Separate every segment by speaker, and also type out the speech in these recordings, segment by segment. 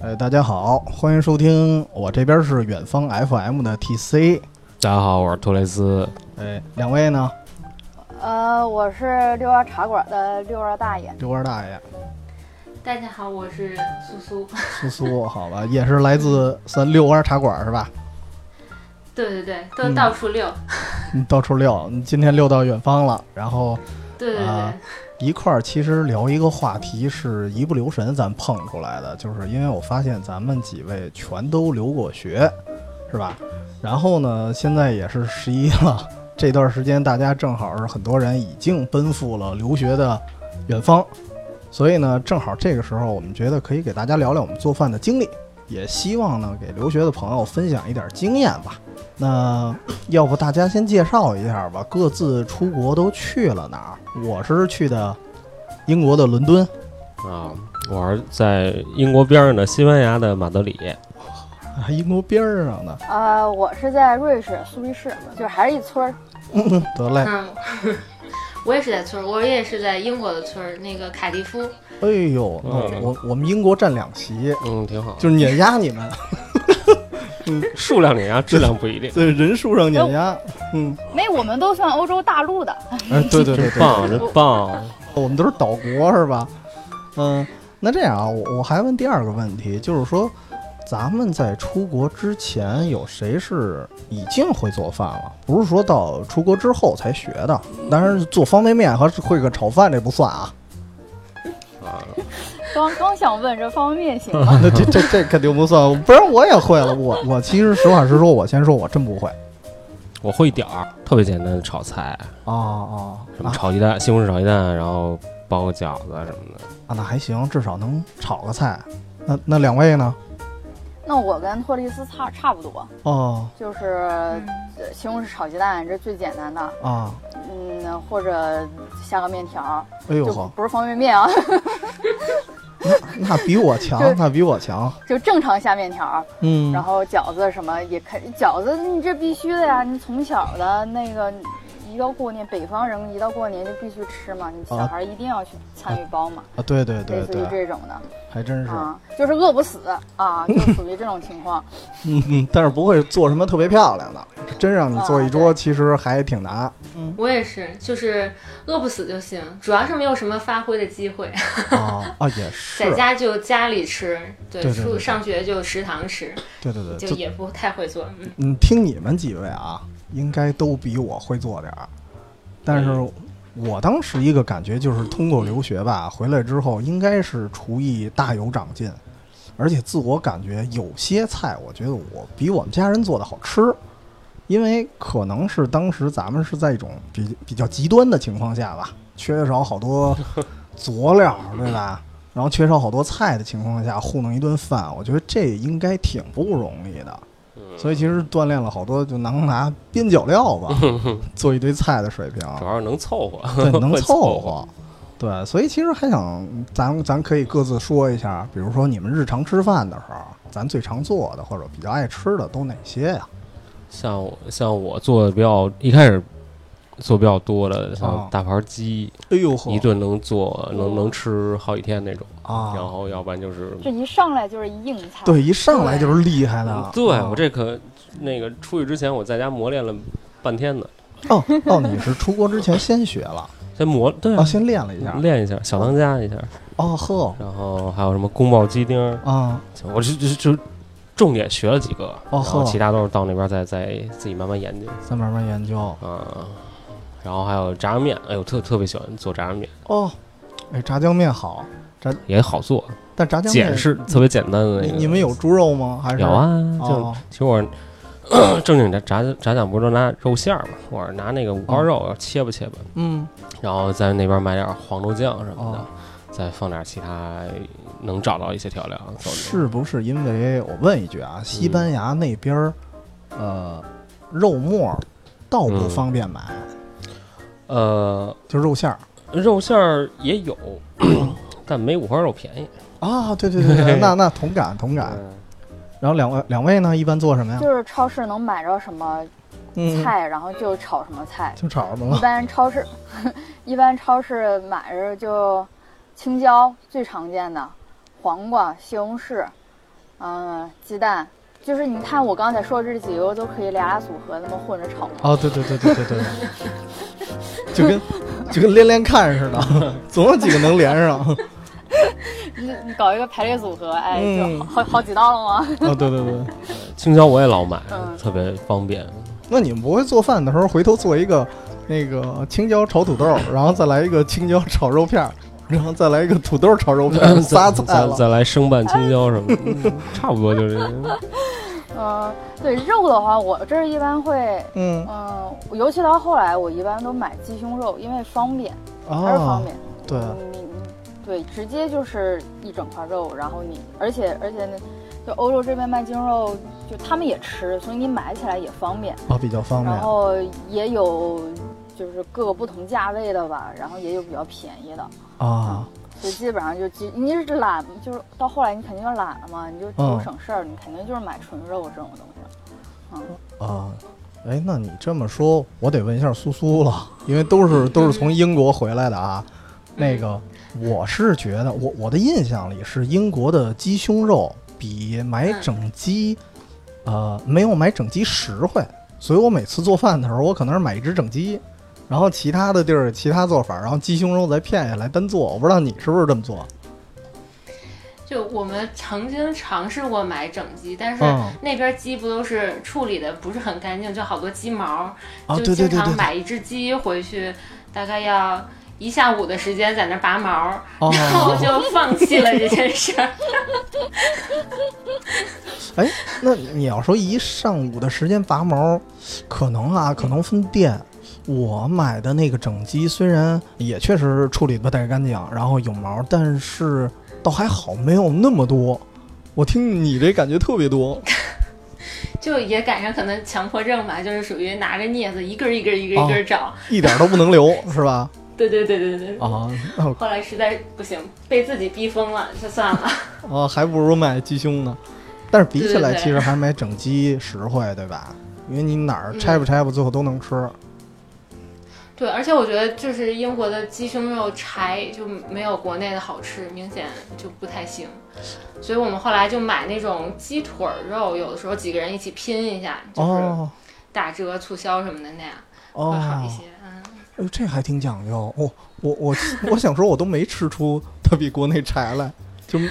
Speaker 1: 呃，大家好，欢迎收听，我这边是远方 FM 的 TC，
Speaker 2: 大家好，我是托雷斯。
Speaker 1: 哎，两位呢？
Speaker 3: 呃，我是六二茶馆的六二大爷，
Speaker 1: 刘二大爷，
Speaker 4: 大家好，我是苏苏。
Speaker 1: 苏苏，好吧，也是来自三六弯茶馆是吧？
Speaker 4: 对对对，
Speaker 1: 嗯
Speaker 4: 都到处溜。
Speaker 1: 嗯到处溜，你今天溜到远方了，然后
Speaker 4: 对对
Speaker 1: 啊
Speaker 4: 对，
Speaker 1: 一块儿其实聊一个话题，是一不留神咱碰出来的，就是因为我发现咱们几位全都留过学，是吧？然后呢，现在也是十一了， 这段时间大家正好是很多人已经奔赴了留学的远方，所以呢，正好这个时候我们觉得可以给大家聊聊我们做饭的经历，也希望呢给留学的朋友分享一点经验吧。那要不大家先介绍一下吧，各自出国都去了哪儿？我是去的英国的伦敦，
Speaker 2: 啊，我是在英国边上的西班牙的马德里。
Speaker 1: 啊，英国边儿上的。
Speaker 3: 呃，我是在瑞士苏黎世，就是还是一村儿。
Speaker 1: 得嘞，
Speaker 4: 嗯， 我也是在村儿，我也是在英国的村儿，那个凯迪夫。
Speaker 1: 哎呦，那
Speaker 2: 嗯
Speaker 1: 我我们英国占两席，
Speaker 2: 嗯，挺好，
Speaker 1: 就是碾压你们，
Speaker 2: 数量碾压，质量不一定。
Speaker 1: 对人数上碾压。嗯，
Speaker 3: 没，我们都算欧洲大陆 的。
Speaker 1: 哎， 对对对
Speaker 2: 真
Speaker 1: 对，
Speaker 2: 棒，真棒！
Speaker 1: 我们都是岛国是吧？嗯，那这样啊，我我还问第二个问题，就是说，咱们在出国之前有谁是已经会做饭了？不是说到出国之后才学的，当然做方便面和会个炒饭这不算 啊，
Speaker 2: 啊，
Speaker 3: 刚刚想问这方便面行吗？
Speaker 1: 那这这这肯定不算，不然我也会了。我我其实实话实说，我先说我真不会。
Speaker 2: 我会一点儿，特别简单的炒菜，
Speaker 1: 哦
Speaker 2: 什
Speaker 1: 哦
Speaker 2: 么
Speaker 1: 啊
Speaker 2: 炒鸡蛋、西红柿炒鸡蛋，然后包个饺子什么的。
Speaker 1: 啊，那还行，至少能炒个菜。那那两位呢？
Speaker 3: 那我跟托利斯差差不多，
Speaker 1: 哦
Speaker 3: 就是呃西红柿炒鸡蛋，这最简单的。
Speaker 1: 啊，
Speaker 3: 嗯，或者下个面条，
Speaker 1: 哎呦
Speaker 3: 就
Speaker 1: 呵，
Speaker 3: 不是方便面啊，
Speaker 1: 那比我强，那比我强。
Speaker 3: 就正常下面条。
Speaker 1: 嗯
Speaker 3: 然后饺子什么也肯，饺子你这必须的呀，你从小的那个。一到过年，北方人一到过年就必须吃嘛，你
Speaker 1: 啊
Speaker 3: 小孩一定要去参与包嘛，
Speaker 1: 啊，对对
Speaker 3: 类
Speaker 1: 对
Speaker 3: 似于
Speaker 1: 对，
Speaker 3: 这种的
Speaker 1: 还真是，
Speaker 3: 啊，就是饿不死 啊，就属于这种情况。
Speaker 1: 嗯嗯，但是不会做什么特别漂亮的，真让你
Speaker 3: 啊
Speaker 1: 做一桌，其实还挺难。
Speaker 4: 我也是，就是饿不死就行，主要是没有什么发挥的机会，
Speaker 1: 啊啊，也是
Speaker 4: 在，家就家里吃，对，
Speaker 1: 对对对
Speaker 4: 出
Speaker 1: 对
Speaker 4: 上学就食堂吃，
Speaker 1: 对对对，
Speaker 4: 就
Speaker 1: 就
Speaker 4: 也不太会做。嗯，
Speaker 1: 嗯，听你们几位啊，应该都比我会做点儿，但是
Speaker 2: 嗯
Speaker 1: 我当时一个感觉就是，通过留学吧，回来之后应该是厨艺大有长进，而且自我感觉有些菜，我觉得我比我们家人做的好吃，因为可能是当时咱们是在一种比比较极端的情况下吧，缺少好 多佐料，对吧？然后缺少好多菜的情况下糊弄一顿饭，我觉得这应该挺不容易的。
Speaker 2: 嗯
Speaker 1: 所以其实锻炼了好多，就能拿边角料 吧，做一堆菜的水平，
Speaker 2: 主要是能凑合，
Speaker 1: 对，能
Speaker 2: 会
Speaker 1: 凑
Speaker 2: 凑
Speaker 1: 合。对，所以其实还想，咱咱可以各自说一下，比如说你们日常吃饭的时候，咱最常做的或者比较爱吃的都哪些呀？
Speaker 2: 像我像我做的比较一开始做比较多的，
Speaker 1: 哦
Speaker 2: 像大盘鸡，
Speaker 1: 哎呦呵
Speaker 2: 一顿能做能能吃好几天那种。
Speaker 1: 啊
Speaker 2: 然，后要不然就是
Speaker 3: 这一上来就是一硬菜，
Speaker 1: 对，一上来就是厉害的
Speaker 2: 嗯。对
Speaker 1: 啊
Speaker 2: 我这可那个出去之前，我在家磨练了半天呢，
Speaker 1: 哦哦，你是出国之前先学了
Speaker 2: 先磨 对啊
Speaker 1: 啊，先练了一下。
Speaker 2: 练一下小当家一下，
Speaker 1: 哦呵
Speaker 2: 然后还有什么宫爆鸡丁儿，
Speaker 1: 啊
Speaker 2: 我就就就重点学了几个，
Speaker 1: 哦
Speaker 2: 然后
Speaker 1: 呵
Speaker 2: 其他都是到那边再再自己慢慢研究
Speaker 1: 再慢慢研究
Speaker 2: 啊。然后还有炸酱面，哎呦，特特别喜欢做炸酱面，
Speaker 1: 哦。哎，炸酱面好，
Speaker 2: 也好做，
Speaker 1: 但炸酱面
Speaker 2: 简是特别简单的那
Speaker 1: 你
Speaker 2: 个。
Speaker 1: 你们有猪肉吗？还是
Speaker 2: 有啊？就
Speaker 1: 哦
Speaker 2: 其实我 正经炸炸炸酱不是都拿肉馅儿嘛，我是拿那个五
Speaker 1: 哦
Speaker 2: 花肉切吧切吧，
Speaker 1: 嗯，
Speaker 2: 然后在那边买点黄豆酱什么
Speaker 1: 哦
Speaker 2: 的，再放点其他能找到一些调料。走着
Speaker 1: 是不是因为我问一句啊，西班牙那边儿，呃，肉末儿倒不方便买，
Speaker 2: 呃，
Speaker 1: 就肉馅儿
Speaker 2: 肉馅儿也 有，但没五花肉便宜。
Speaker 1: 啊？对 对对对，那那同感同感。
Speaker 2: 嗯
Speaker 1: 然后两位两位呢，一般做什么呀？
Speaker 3: 就是超市能买着什么
Speaker 1: 嗯，
Speaker 3: 菜，然后就炒什么菜。
Speaker 1: 就炒什么
Speaker 3: 一
Speaker 1: 了？
Speaker 3: 般超市， 一般超市买着就青椒最常见的，黄瓜、西红柿，嗯，鸡蛋，就是你看我刚才说这几个都可以俩俩组合那么混着炒嘛。
Speaker 1: 哦，对对对对对对， 就跟就跟连连看似的， 总有几个能连上。
Speaker 3: 你你搞一个排列组合，哎，
Speaker 1: 嗯
Speaker 3: 就好好几道了吗？
Speaker 1: 哦，对对对，
Speaker 5: 青椒我也老买，
Speaker 3: 嗯
Speaker 5: 特别方 便。
Speaker 1: 那你们不会做饭的时候，回头做一个那个青椒炒土豆，然后再来一个青椒炒肉片儿，然后再来一个土豆炒肉片儿，仨菜
Speaker 5: 再
Speaker 3: 嗯
Speaker 1: 了。哎
Speaker 5: 再来生拌青椒什么的，嗯差不多 就是这
Speaker 3: 嗯，对肉的话，我这儿一般会，
Speaker 1: 嗯
Speaker 3: 嗯，尤其到后来，我一般都买鸡胸肉，因为方便，还是
Speaker 1: 啊
Speaker 3: 方，便。
Speaker 1: 对，
Speaker 3: 嗯你你对，直接就是一整块肉，然后你，而且而且那，就欧洲这边卖鸡胸肉，就他们也吃，所以你买起来也方便，
Speaker 1: 啊比较方
Speaker 3: 然
Speaker 1: 便。
Speaker 3: 后也有就是各个不同价位的吧，然后也有比较便宜的，
Speaker 1: 啊，
Speaker 3: 所以基本上就鸡，你是懒，就是到后来你肯定就懒了嘛，你就
Speaker 1: 嗯
Speaker 3: 图省事儿，你肯定就是买纯肉这种东西。嗯
Speaker 1: 啊，哎，那你这么说，我得问一下苏苏了，因为都 是都是从英国回来的啊。那个，我是觉得，我我的印象里是英国的鸡胸肉比买整鸡，
Speaker 4: 嗯
Speaker 1: 呃，没有买整鸡实惠，所以我每次做饭的时候，我可能是买一只整鸡。然后其他的地儿有其他做法，然后鸡胸肉再片下来单做，我不知道你是不是这么做。
Speaker 4: 就我们曾经尝试过买整鸡，但是
Speaker 1: 嗯
Speaker 4: 那边鸡不都是处理的不是很干净，就好多鸡毛，
Speaker 1: 啊，
Speaker 4: 就
Speaker 1: 对对
Speaker 4: 经
Speaker 1: 对
Speaker 4: 常
Speaker 1: 对对，
Speaker 4: 买一只鸡回去，大概要一下午的时间在那拔毛，
Speaker 1: 哦，
Speaker 4: 然后就放弃了这件事儿。
Speaker 1: 哎，那你要说一上午的时间拔毛，可能啊，可能分店。我买的那个整鸡虽然也确实处理得不太干净，然后有毛，但是倒还好，没有那么多。我听你这感觉特别多，
Speaker 4: 就也赶上可能强迫症吧，就是属于拿着镊子一根儿一根儿一根儿一
Speaker 1: 哦
Speaker 4: 根儿找。
Speaker 1: 一点都不能留，是吧？
Speaker 4: 对对对对对。
Speaker 1: 啊，哦
Speaker 4: 后来实在不行，被自己逼疯了，就算了。
Speaker 1: 哦，还不如买鸡胸呢。但是比起来，
Speaker 4: 对对对
Speaker 1: 其实还买整鸡实惠，对吧？因为你哪儿
Speaker 4: 嗯
Speaker 1: 拆吧拆吧，最后都能吃。
Speaker 4: 对，而且我觉得就是英国的鸡胸肉柴就没有国内的好吃，明显就不太行。所以我们后来就买那种鸡腿儿肉，有的时候几个人一起拼一下，就是
Speaker 1: 哦
Speaker 4: 打折促销什么的那样、
Speaker 1: 哦，
Speaker 4: 会好一些。嗯，
Speaker 1: 哎呦，这还挺讲究。哦我我我我想说，我都没吃出它比国内柴来，就没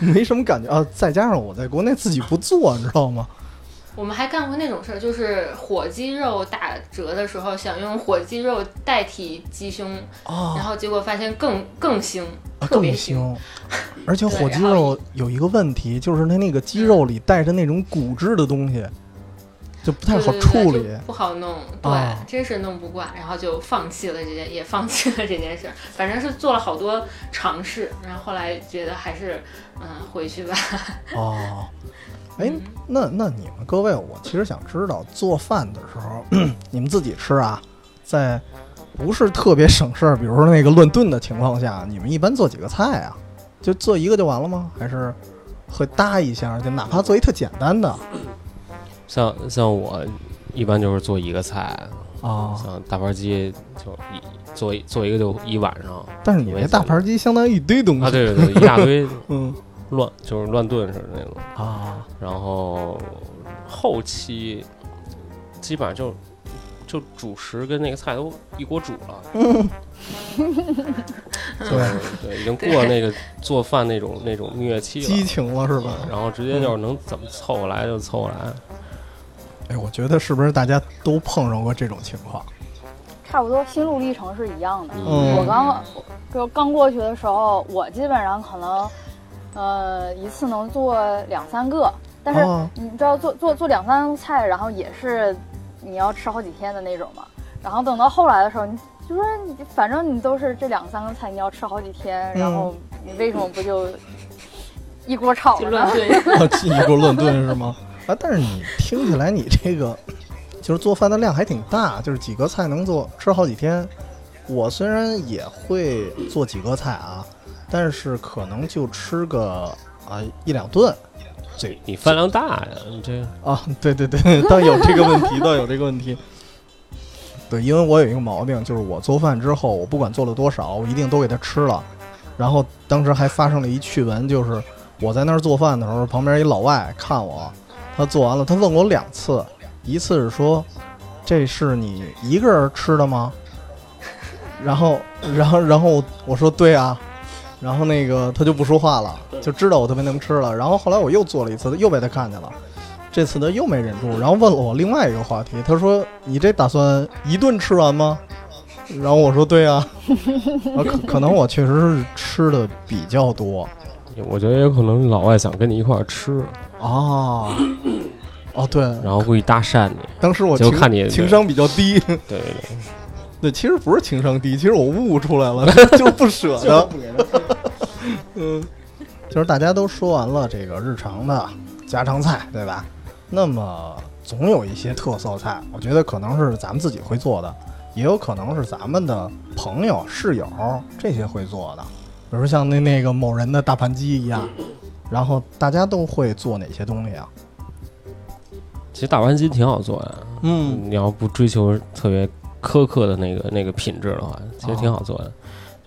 Speaker 1: 没什么感觉啊。再加上我在国内自己不做，你知道吗？
Speaker 4: 我们还干过那种事儿，就是火鸡肉打折的时候想用火鸡肉代替鸡胸，然
Speaker 1: 啊，
Speaker 4: 后结果发现更更腥，
Speaker 1: 啊
Speaker 4: 哦特别
Speaker 1: 更
Speaker 4: 腥。
Speaker 1: 腥。而且
Speaker 4: 对
Speaker 1: 火鸡
Speaker 4: 然
Speaker 1: 肉
Speaker 4: 后
Speaker 1: 有一个问题，就是它那个鸡肉里带着那种骨质的东西，就不太
Speaker 4: 对
Speaker 1: 好
Speaker 4: 对对
Speaker 1: 处
Speaker 4: 就
Speaker 1: 理。
Speaker 4: 不好弄，对，
Speaker 1: 啊
Speaker 4: 真是弄不惯，然后就放弃了这件，也放弃了这件事儿，反正是做了好多尝试，然后后来觉得还是，嗯，回去吧。
Speaker 1: 哦，哎
Speaker 4: 嗯，
Speaker 1: 那那你们各位，我其实想知道，做饭的时候 你们自己吃啊，在不是特别省事儿，比如说那个乱炖的情况下，你们一般做几个菜啊？就做一个就完了吗？还是会搭一下？就哪怕做一特简单的
Speaker 5: 像像我一般就是做一个菜，
Speaker 1: 啊？
Speaker 5: 像大盘鸡就一做一做一个就一晚上
Speaker 1: 但是你这大盘鸡相当于一堆东西，
Speaker 5: 啊，对对对，一大堆
Speaker 1: 嗯
Speaker 5: 乱就是乱炖似的那种。
Speaker 1: 啊
Speaker 5: 然后后期基本上就就主食跟那个菜都一锅煮 了，
Speaker 1: 对，啊
Speaker 5: 对，已经过那个做饭那种那种虐期
Speaker 1: 激
Speaker 5: 了。
Speaker 1: 情了是吧？
Speaker 5: 然后直接就是能怎么凑合来就凑合来，
Speaker 1: 哎，我觉得是不是大家都碰上过这种情况？
Speaker 3: 差不多心路历程是一样的。
Speaker 1: 嗯
Speaker 3: 我刚就刚过去的时候，我基本上可能，呃，一次能做两三个，但是
Speaker 1: 哦
Speaker 3: 你知道做做做两三个菜，然后也是你要吃好几天的那种嘛。然后等到后来的时候，你就说你反正你都是这两三个菜，你要吃好几天，
Speaker 1: 嗯
Speaker 3: 然后你为什么不就一锅炒
Speaker 4: 就
Speaker 3: 了
Speaker 4: 乱
Speaker 3: 呢？
Speaker 4: 炖，
Speaker 1: 啊，进一步乱炖是吗？啊，但是你听起来你这个就是做饭的量还挺大，就是几个菜能做吃好几天。我虽然也会做几个菜啊，但是可能就吃个啊一两顿
Speaker 5: 这你饭量大呀，你这
Speaker 1: 啊。对对对， 倒有这个问题，倒有这个问题。 对，因为我有一个毛病，就是我做饭之后，我不管做了多少，我一定都给它吃了。然后当时还发生了一趣闻，就是我在那儿做饭的时候，旁边一老外看我，他做完了，他问我两次，一次是说这是你一个人吃的吗？ 然后，然后，然后我说对啊，然后那个他就不说话了，就知道我特别能吃了。然后后来我又做了一次，又被他看见了。这次他又没忍住，然后问了我另外一个话题，他说：“你这打算一顿吃完吗？”然后我说：“对啊。啊”可可能我确实是吃的比较多
Speaker 2: 我觉得也可能老外想跟你一块儿吃，
Speaker 1: 啊。哦，对，
Speaker 2: 然后故意搭讪你。
Speaker 1: 当时我
Speaker 2: 就
Speaker 1: 情
Speaker 2: 看你
Speaker 1: 情商比较低，
Speaker 2: 对对对，
Speaker 1: 对，其实不是情商低，其实我悟出来 了，就是不舍得。嗯，就是大家都说完了这个日常的家常菜，对吧？那么总有一些特色菜，我觉得可能是咱们自己会做的，也有可能是咱们的朋友、室友这些会做的，比如像那那个某人的大盘鸡一样。然后大家都会做哪些东西啊？
Speaker 2: 其实大盘鸡挺好做的，
Speaker 1: 嗯，
Speaker 2: 你要不追求特别苛刻的那个那个品质的话，其实挺好做的。
Speaker 1: 哦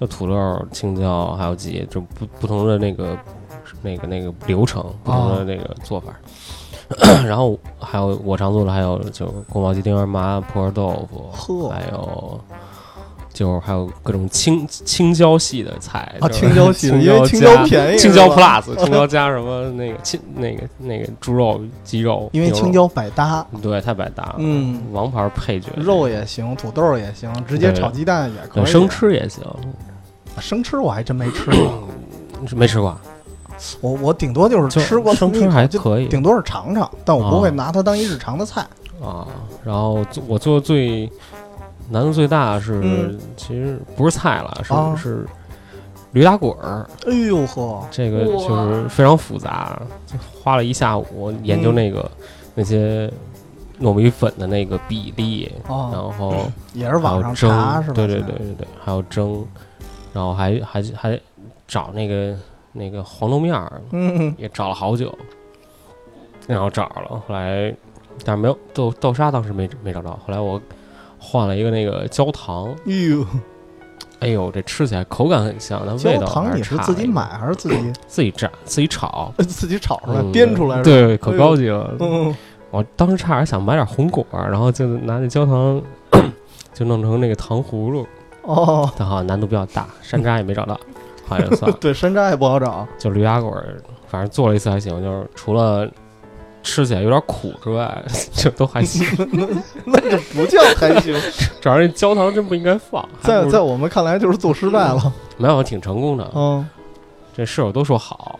Speaker 2: 就土豆、青椒还有鸡，就不不同的那个那个那个流程，不同的那个做法。
Speaker 1: 哦
Speaker 2: 然后还有我常做的还有就宫保鸡丁、麻婆豆腐，
Speaker 1: 呵
Speaker 2: 还有就是还有各种青青椒系的菜
Speaker 1: 啊，
Speaker 2: 就是
Speaker 1: 青椒系，
Speaker 2: 青
Speaker 1: 因为
Speaker 2: 椒
Speaker 1: 青
Speaker 2: 加
Speaker 1: 椒便宜，
Speaker 2: 青椒
Speaker 1: 是吧
Speaker 2: plus 青椒加什么那个青那个那个猪肉鸡肉，
Speaker 1: 因为
Speaker 2: 牛肉
Speaker 1: 青椒百搭，
Speaker 2: 对太百搭了，
Speaker 1: 嗯，
Speaker 2: 王牌配角，
Speaker 1: 肉也行，土豆也行，直接
Speaker 2: 对
Speaker 1: 炒鸡蛋也可
Speaker 2: 对
Speaker 1: 以。
Speaker 2: 生吃也行，
Speaker 1: 生吃我还真没吃 过，
Speaker 2: 没吃过，啊
Speaker 1: 我我顶多就是
Speaker 2: 就
Speaker 1: 吃过
Speaker 2: 生吃
Speaker 1: 腻
Speaker 2: 还
Speaker 1: 就
Speaker 2: 可以
Speaker 1: 顶多是尝尝，但我不
Speaker 2: 啊
Speaker 1: 会拿它当一日常的菜。
Speaker 2: 啊。然后做我做最难度最大的是，
Speaker 1: 嗯
Speaker 2: 其实不是菜了，是、
Speaker 1: 啊
Speaker 2: 是驴打滚儿，
Speaker 1: 哎呦呵，
Speaker 2: 这个
Speaker 4: 哇
Speaker 2: 就是非常复杂，就花了一下午研究
Speaker 1: 嗯
Speaker 2: 那个、那些糯米粉的那个比例，
Speaker 1: 啊，
Speaker 2: 然后。
Speaker 1: 也是
Speaker 2: 哦还
Speaker 1: 网
Speaker 2: 有
Speaker 1: 上
Speaker 2: 蒸，
Speaker 1: 查是吧？
Speaker 2: 对对对，对对，还有蒸，然后还还还找那个那个黄豆面儿，
Speaker 1: 嗯，
Speaker 2: 也找了好久，然后找了，后来但是没有豆豆沙，当时没没找着，后来我换了一个那个焦糖，
Speaker 1: 哎呦，
Speaker 2: 哎呦，这吃起来口感很像，但
Speaker 1: 焦
Speaker 2: 味道
Speaker 1: 哎糖
Speaker 2: 还
Speaker 1: 你
Speaker 2: 是
Speaker 1: 是
Speaker 2: 差
Speaker 1: 自
Speaker 2: 了
Speaker 1: 己
Speaker 2: 一点，
Speaker 1: 买还是自己。
Speaker 2: 自己炸自己炒
Speaker 1: 自己炒出来
Speaker 2: 嗯
Speaker 1: 颠出来？，
Speaker 2: 对，可
Speaker 1: 哎呦
Speaker 2: 高级了。
Speaker 1: 嗯，
Speaker 2: 我当时差点想买点红果儿，然后就拿那焦糖， 就弄成那个糖葫芦，
Speaker 1: 哦，
Speaker 2: 但好像难度比较大，山楂也没找到，后来就算了。
Speaker 1: 对，山楂也不好找。
Speaker 2: 就驴打滚儿，反正做了一次还行，就是除了吃起来有点苦之外， 就都还行。
Speaker 1: 那这不叫还 行，
Speaker 2: 主要是焦糖真不应该放，还
Speaker 1: 在
Speaker 2: 不如
Speaker 1: 在我们看来就是做失败了。
Speaker 2: 没有挺成功的。
Speaker 1: 嗯，
Speaker 2: 这室友都说好，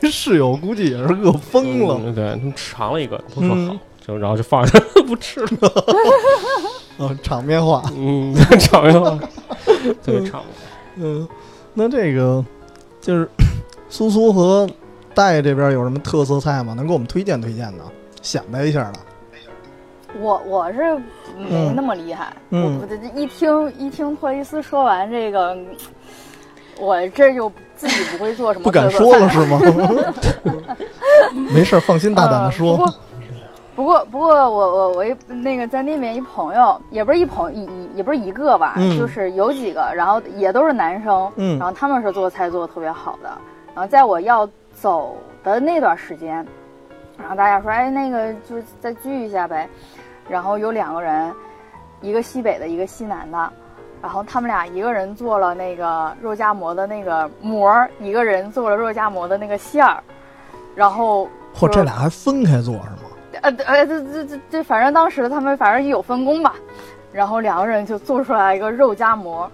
Speaker 1: 那室友估计也是饿疯了。
Speaker 2: 嗯对他们尝了一个都说好
Speaker 1: 嗯，
Speaker 2: 就然后就放着不吃了。
Speaker 1: 嗯，场面话。
Speaker 2: 嗯， 尝一尝，特别尝。
Speaker 1: 嗯，那这个就是 苏苏和戴这边有什么特色菜吗？能给我们推荐推荐的？显摆一下的。
Speaker 3: 我我是没
Speaker 1: 嗯
Speaker 3: 那么厉害，
Speaker 1: 嗯
Speaker 3: 我我这一听一听托雷斯说完这个，嗯我这就自己不会做什么，
Speaker 1: 不敢说了。是吗？ 没事儿，放心大胆的说。
Speaker 3: 呃不过，不过，不过我我我一那个在那边一朋友，也不是一朋一一也不是一个吧，
Speaker 1: 嗯
Speaker 3: 就是有几个，然后也都是男生，
Speaker 1: 嗯
Speaker 3: 然后他们是做菜做的特别好的，然后在我要走的那段时间，然后大家说，哎，那个就再聚一下呗，然后有两个人，一个西北的，一个西南的。然后他们俩一个人做了那个肉夹馍的那个馍儿，一个人做了肉夹馍的那个馅儿，然后
Speaker 1: 嚯，这俩还分开做是吗？
Speaker 3: 呃呃，这这这这，反正当时他们反正有分工吧，然后两个人就做出来一个肉夹馍，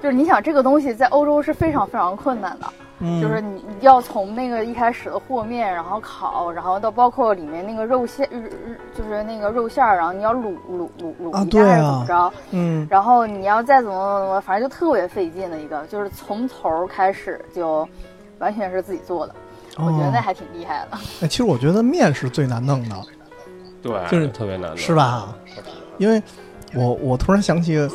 Speaker 3: 就是你想这个东西在欧洲是非常非常困难的，
Speaker 1: 嗯，
Speaker 3: 就是你要从那个一开始的和面，然后烤，然后到包括里面那个肉馅，日日就是那个肉馅儿，然后你要卤卤卤卤
Speaker 1: 啊
Speaker 3: 一
Speaker 1: 对啊
Speaker 3: 下还是怎么着，
Speaker 1: 嗯
Speaker 3: 然后你要再怎么怎么，反正就特别费劲的一个，就是从头儿开始就完全是自己做的，我觉得那
Speaker 1: 哦
Speaker 3: 还挺厉害的。
Speaker 1: 哎其实我觉得面是最难弄的，
Speaker 2: 对，
Speaker 1: 就是
Speaker 2: 特别难的，
Speaker 1: 是？吧？因为我我突然想起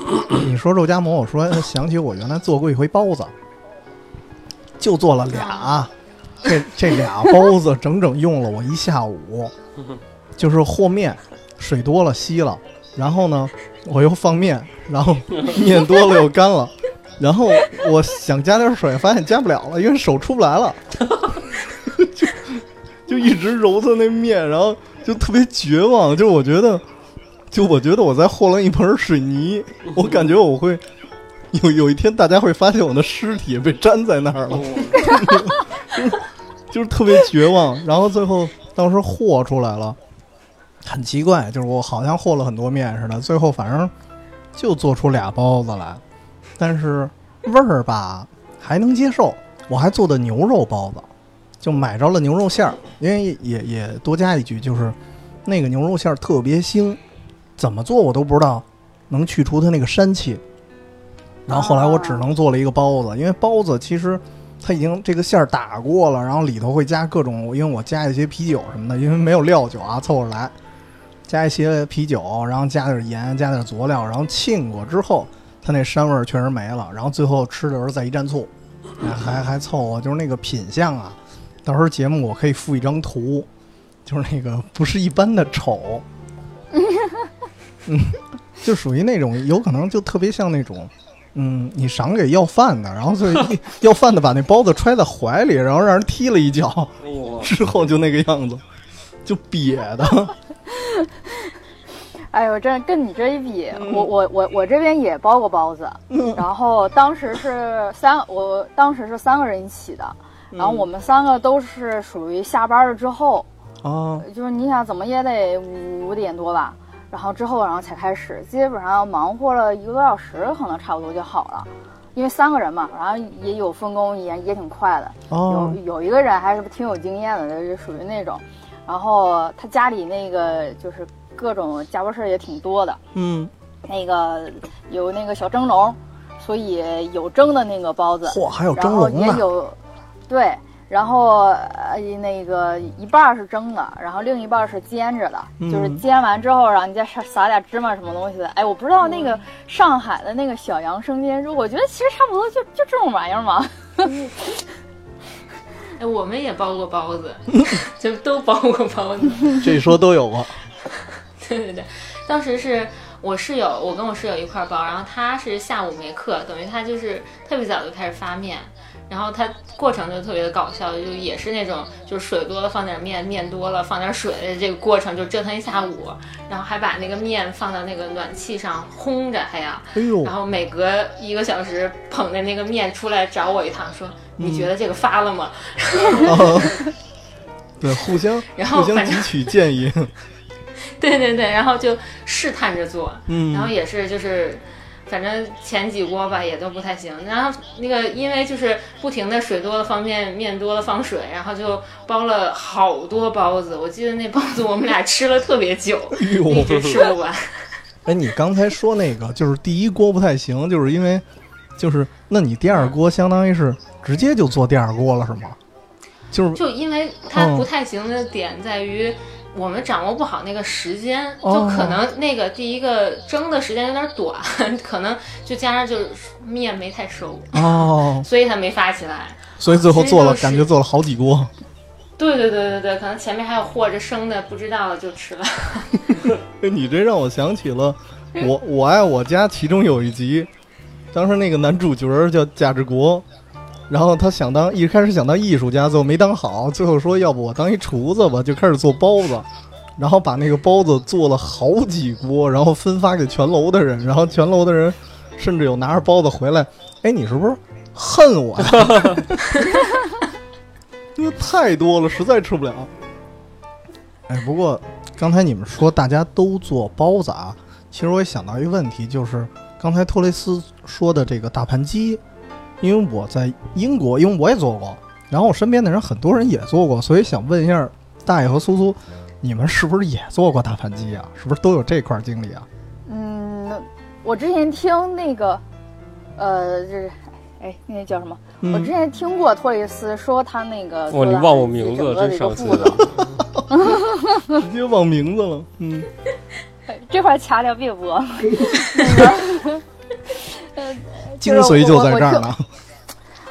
Speaker 1: 你说肉夹馍，我说呃想起我原来做过一回包子，就做了俩，这这俩包子整整用了我一下午，就是和面，水多了稀了，然后呢我又放面，然后面多了又干了，然后我想加点水，发现加不了了，因为手出不来了，就就一直揉它那面，然后就特别绝望。就我觉得，就我觉得我在和了一盆水泥，我感觉我会有有一天大家会发现我的尸体被粘在那儿了， 就是特别绝望。然后最后当时和出来了，很奇怪，就是我好像和了很多面似的，最后反正就做出俩包子来。但是味儿吧还能接受。我还做的牛肉包子，就买着了牛肉馅儿，因为也也多加一句，就是那个牛肉馅儿特别腥，怎么做我都不知道能去除它那个膻气。然后后来我只能做了一个包子，因为包子其实它已经这个馅儿打过了，然后里头会加各种，因为我加一些啤酒什么的，因为没有料酒啊，凑合来，加一些啤酒，然后加点盐，加点佐料，然后浸过之后，它那膻味儿确实没了。然后最后吃的时候再一蘸醋，还还还凑合，就是那个品相啊。到时候节目我可以附一张图，就是那个不是一般的丑， 嗯，就属于那种有可能就特别像那种。嗯，你赏给要饭的，然后最 后要饭的把那包子揣在怀里，然后让人踢了一脚，之后就那个样子，就瘪 的。
Speaker 3: 哎呦，真跟你这一比，我我我我这边也包过包子，然后当时是三，我当时是三个人一起的，然后我们三个都是属于下班了之后，
Speaker 1: 啊，
Speaker 3: 就是你想怎么也得五五点多吧，然后之后然后才开始，基本上忙活了一个多小时，可能差不多就好了，因为三个人嘛，然后也有分工，也也挺快的，
Speaker 1: 哦
Speaker 3: 有，有一个人还是挺有经验的，就是属于那种，然后他家里那个就是各种家务事儿也挺多的，
Speaker 1: 嗯，
Speaker 3: 那个有那个小蒸笼，所以有蒸的那个包子，
Speaker 1: 嚯，还有啊
Speaker 3: 然
Speaker 1: 蒸
Speaker 3: 后
Speaker 1: 笼
Speaker 3: 也
Speaker 1: 呢，
Speaker 3: 有，对，然后呃那个一半儿是蒸的，然后另一半儿是煎着的，就是
Speaker 1: 嗯
Speaker 3: 煎完之后，然后你再撒撒点芝麻什么东西的。哎，我不知道那个上海的那个小杨生煎肉，我觉得其实差不多就就这种玩意儿嘛。
Speaker 4: 哎，我们也包过包子， 就都包过包子。
Speaker 1: 这一说都有啊过。
Speaker 4: 对对对，当时是我室友，我跟我室友一块儿包，然后他是下午没课，等于他就是特别早就开始发面，然后他过程就特别的搞笑，就也是那种就是水多了放点面，面多了放点水的这个过程，就折腾一下午，然后还把那个面放到那个暖气上烘着，还要，
Speaker 1: 哎呦
Speaker 4: 然，后每隔一个小时捧着那个面出来找我一趟，说你觉得这个发了吗？
Speaker 1: 啊 对，互相
Speaker 4: 然后
Speaker 1: 互相
Speaker 4: 反正
Speaker 1: 汲取建 议。
Speaker 4: 对对对，然后就试探着做，
Speaker 1: 嗯
Speaker 4: 然后也是就是，反正前几锅吧也都不太行，然后那个因为就是不停的水多了放面，面多了放水，然后就包了好多包子，我记得那包子我们俩吃了特 别久，
Speaker 1: 哎呦，
Speaker 4: 一直吃不完。
Speaker 1: 哎，你刚才说那个就是第一锅不太行，就是因为就是那你第二锅相当于是直接就做第二锅了是吗？就是
Speaker 4: 就因为它不太行的点在于。我们掌握不好那个时间，就
Speaker 1: 哦
Speaker 4: 可能那个第一个蒸的时间有点短， 可能就加上就是面没太熟，
Speaker 1: 哦，
Speaker 4: 所以它没发起来。
Speaker 1: 所以最后做了
Speaker 4: 其实就是
Speaker 1: 感觉做了好几锅。
Speaker 4: 对对对对对，可能前面还有和着生的，不知道的就吃了。
Speaker 1: 你这让我想起了我我爱我家其中有一集，当时那个男主角儿叫贾志国，然后他想当一开始想当艺术家，最后没当好，最后说要不我当一厨子吧，就开始做包子，然后把那个包子做了好几锅，然后分发给全楼的人，然后全楼的人甚至有拿着包子回来，哎，你是不是恨我呀？ 因为太多了，实在吃不了。哎，不过刚才你们说大家都做包子啊，其实我也想到一个问题，就是刚才托雷斯说的这个大盘鸡，因为我在英国，因为我也做过，然后我身边的人很多人也做过，所以想问一下大爷和苏苏，你们是不是也做过大盘鸡啊？是不是都有这块经历啊？
Speaker 3: 嗯，我之前听那个，呃，就是，哎，那个叫什么？我之前听过托雷斯说他那个
Speaker 2: 哇嗯
Speaker 3: 做
Speaker 2: 哦你
Speaker 3: 了
Speaker 2: 忘我
Speaker 3: 自己
Speaker 2: 名字了
Speaker 3: 整个的
Speaker 2: 真
Speaker 3: 一个
Speaker 2: 生气
Speaker 3: 步骤，
Speaker 1: 直接忘名字了，嗯，
Speaker 3: 这块掐掉别播。 那个，呃，
Speaker 1: 精髓就在这儿
Speaker 3: 就是我。我我
Speaker 1: 呢
Speaker 3: 听。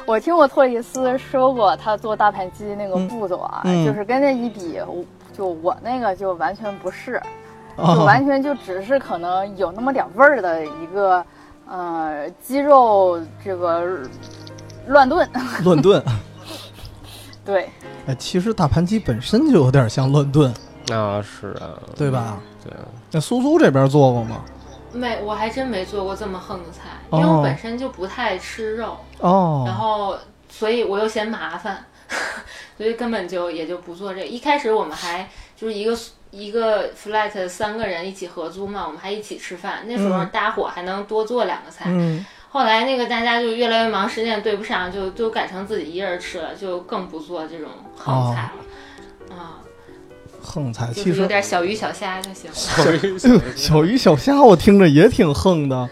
Speaker 3: 我听过托里斯说过他做大盘鸡那个
Speaker 1: 嗯
Speaker 3: 步骤啊，
Speaker 1: 嗯
Speaker 3: 就是跟那一比，我就我那个就完全不是，就
Speaker 2: 哦
Speaker 1: 啊，
Speaker 3: 完全就只是可能有那么点味儿的一个呃，鸡肉这个乱炖，
Speaker 1: 乱炖。
Speaker 3: 对，
Speaker 1: 哎，其实大盘鸡本身就有点像乱炖，
Speaker 2: 那是啊，
Speaker 1: 对吧？
Speaker 2: 对啊，
Speaker 1: 那苏苏这边做过吗？
Speaker 4: 没，我还真没做过这么横的菜，
Speaker 1: 哦
Speaker 4: 因为我本身就不太吃肉，然
Speaker 1: 哦，
Speaker 4: 后所以我又嫌麻烦， 所以根本就也就不做这。一开始我们还就是一个一个 flat 三个人一起合租嘛，我们还一起吃饭，那时候
Speaker 1: 嗯
Speaker 4: 搭伙还能多做两个菜。
Speaker 1: 嗯，
Speaker 4: 后来那个大家就越来越忙，时间也对不上，就就改成自己一人吃了，就更不做这种横菜了。啊、
Speaker 1: 横菜
Speaker 4: 就
Speaker 1: 哦其
Speaker 4: 是有
Speaker 1: 实，
Speaker 4: 点小鱼小虾就行了。
Speaker 1: 哎呦 小鱼小虾我听着也挺横的。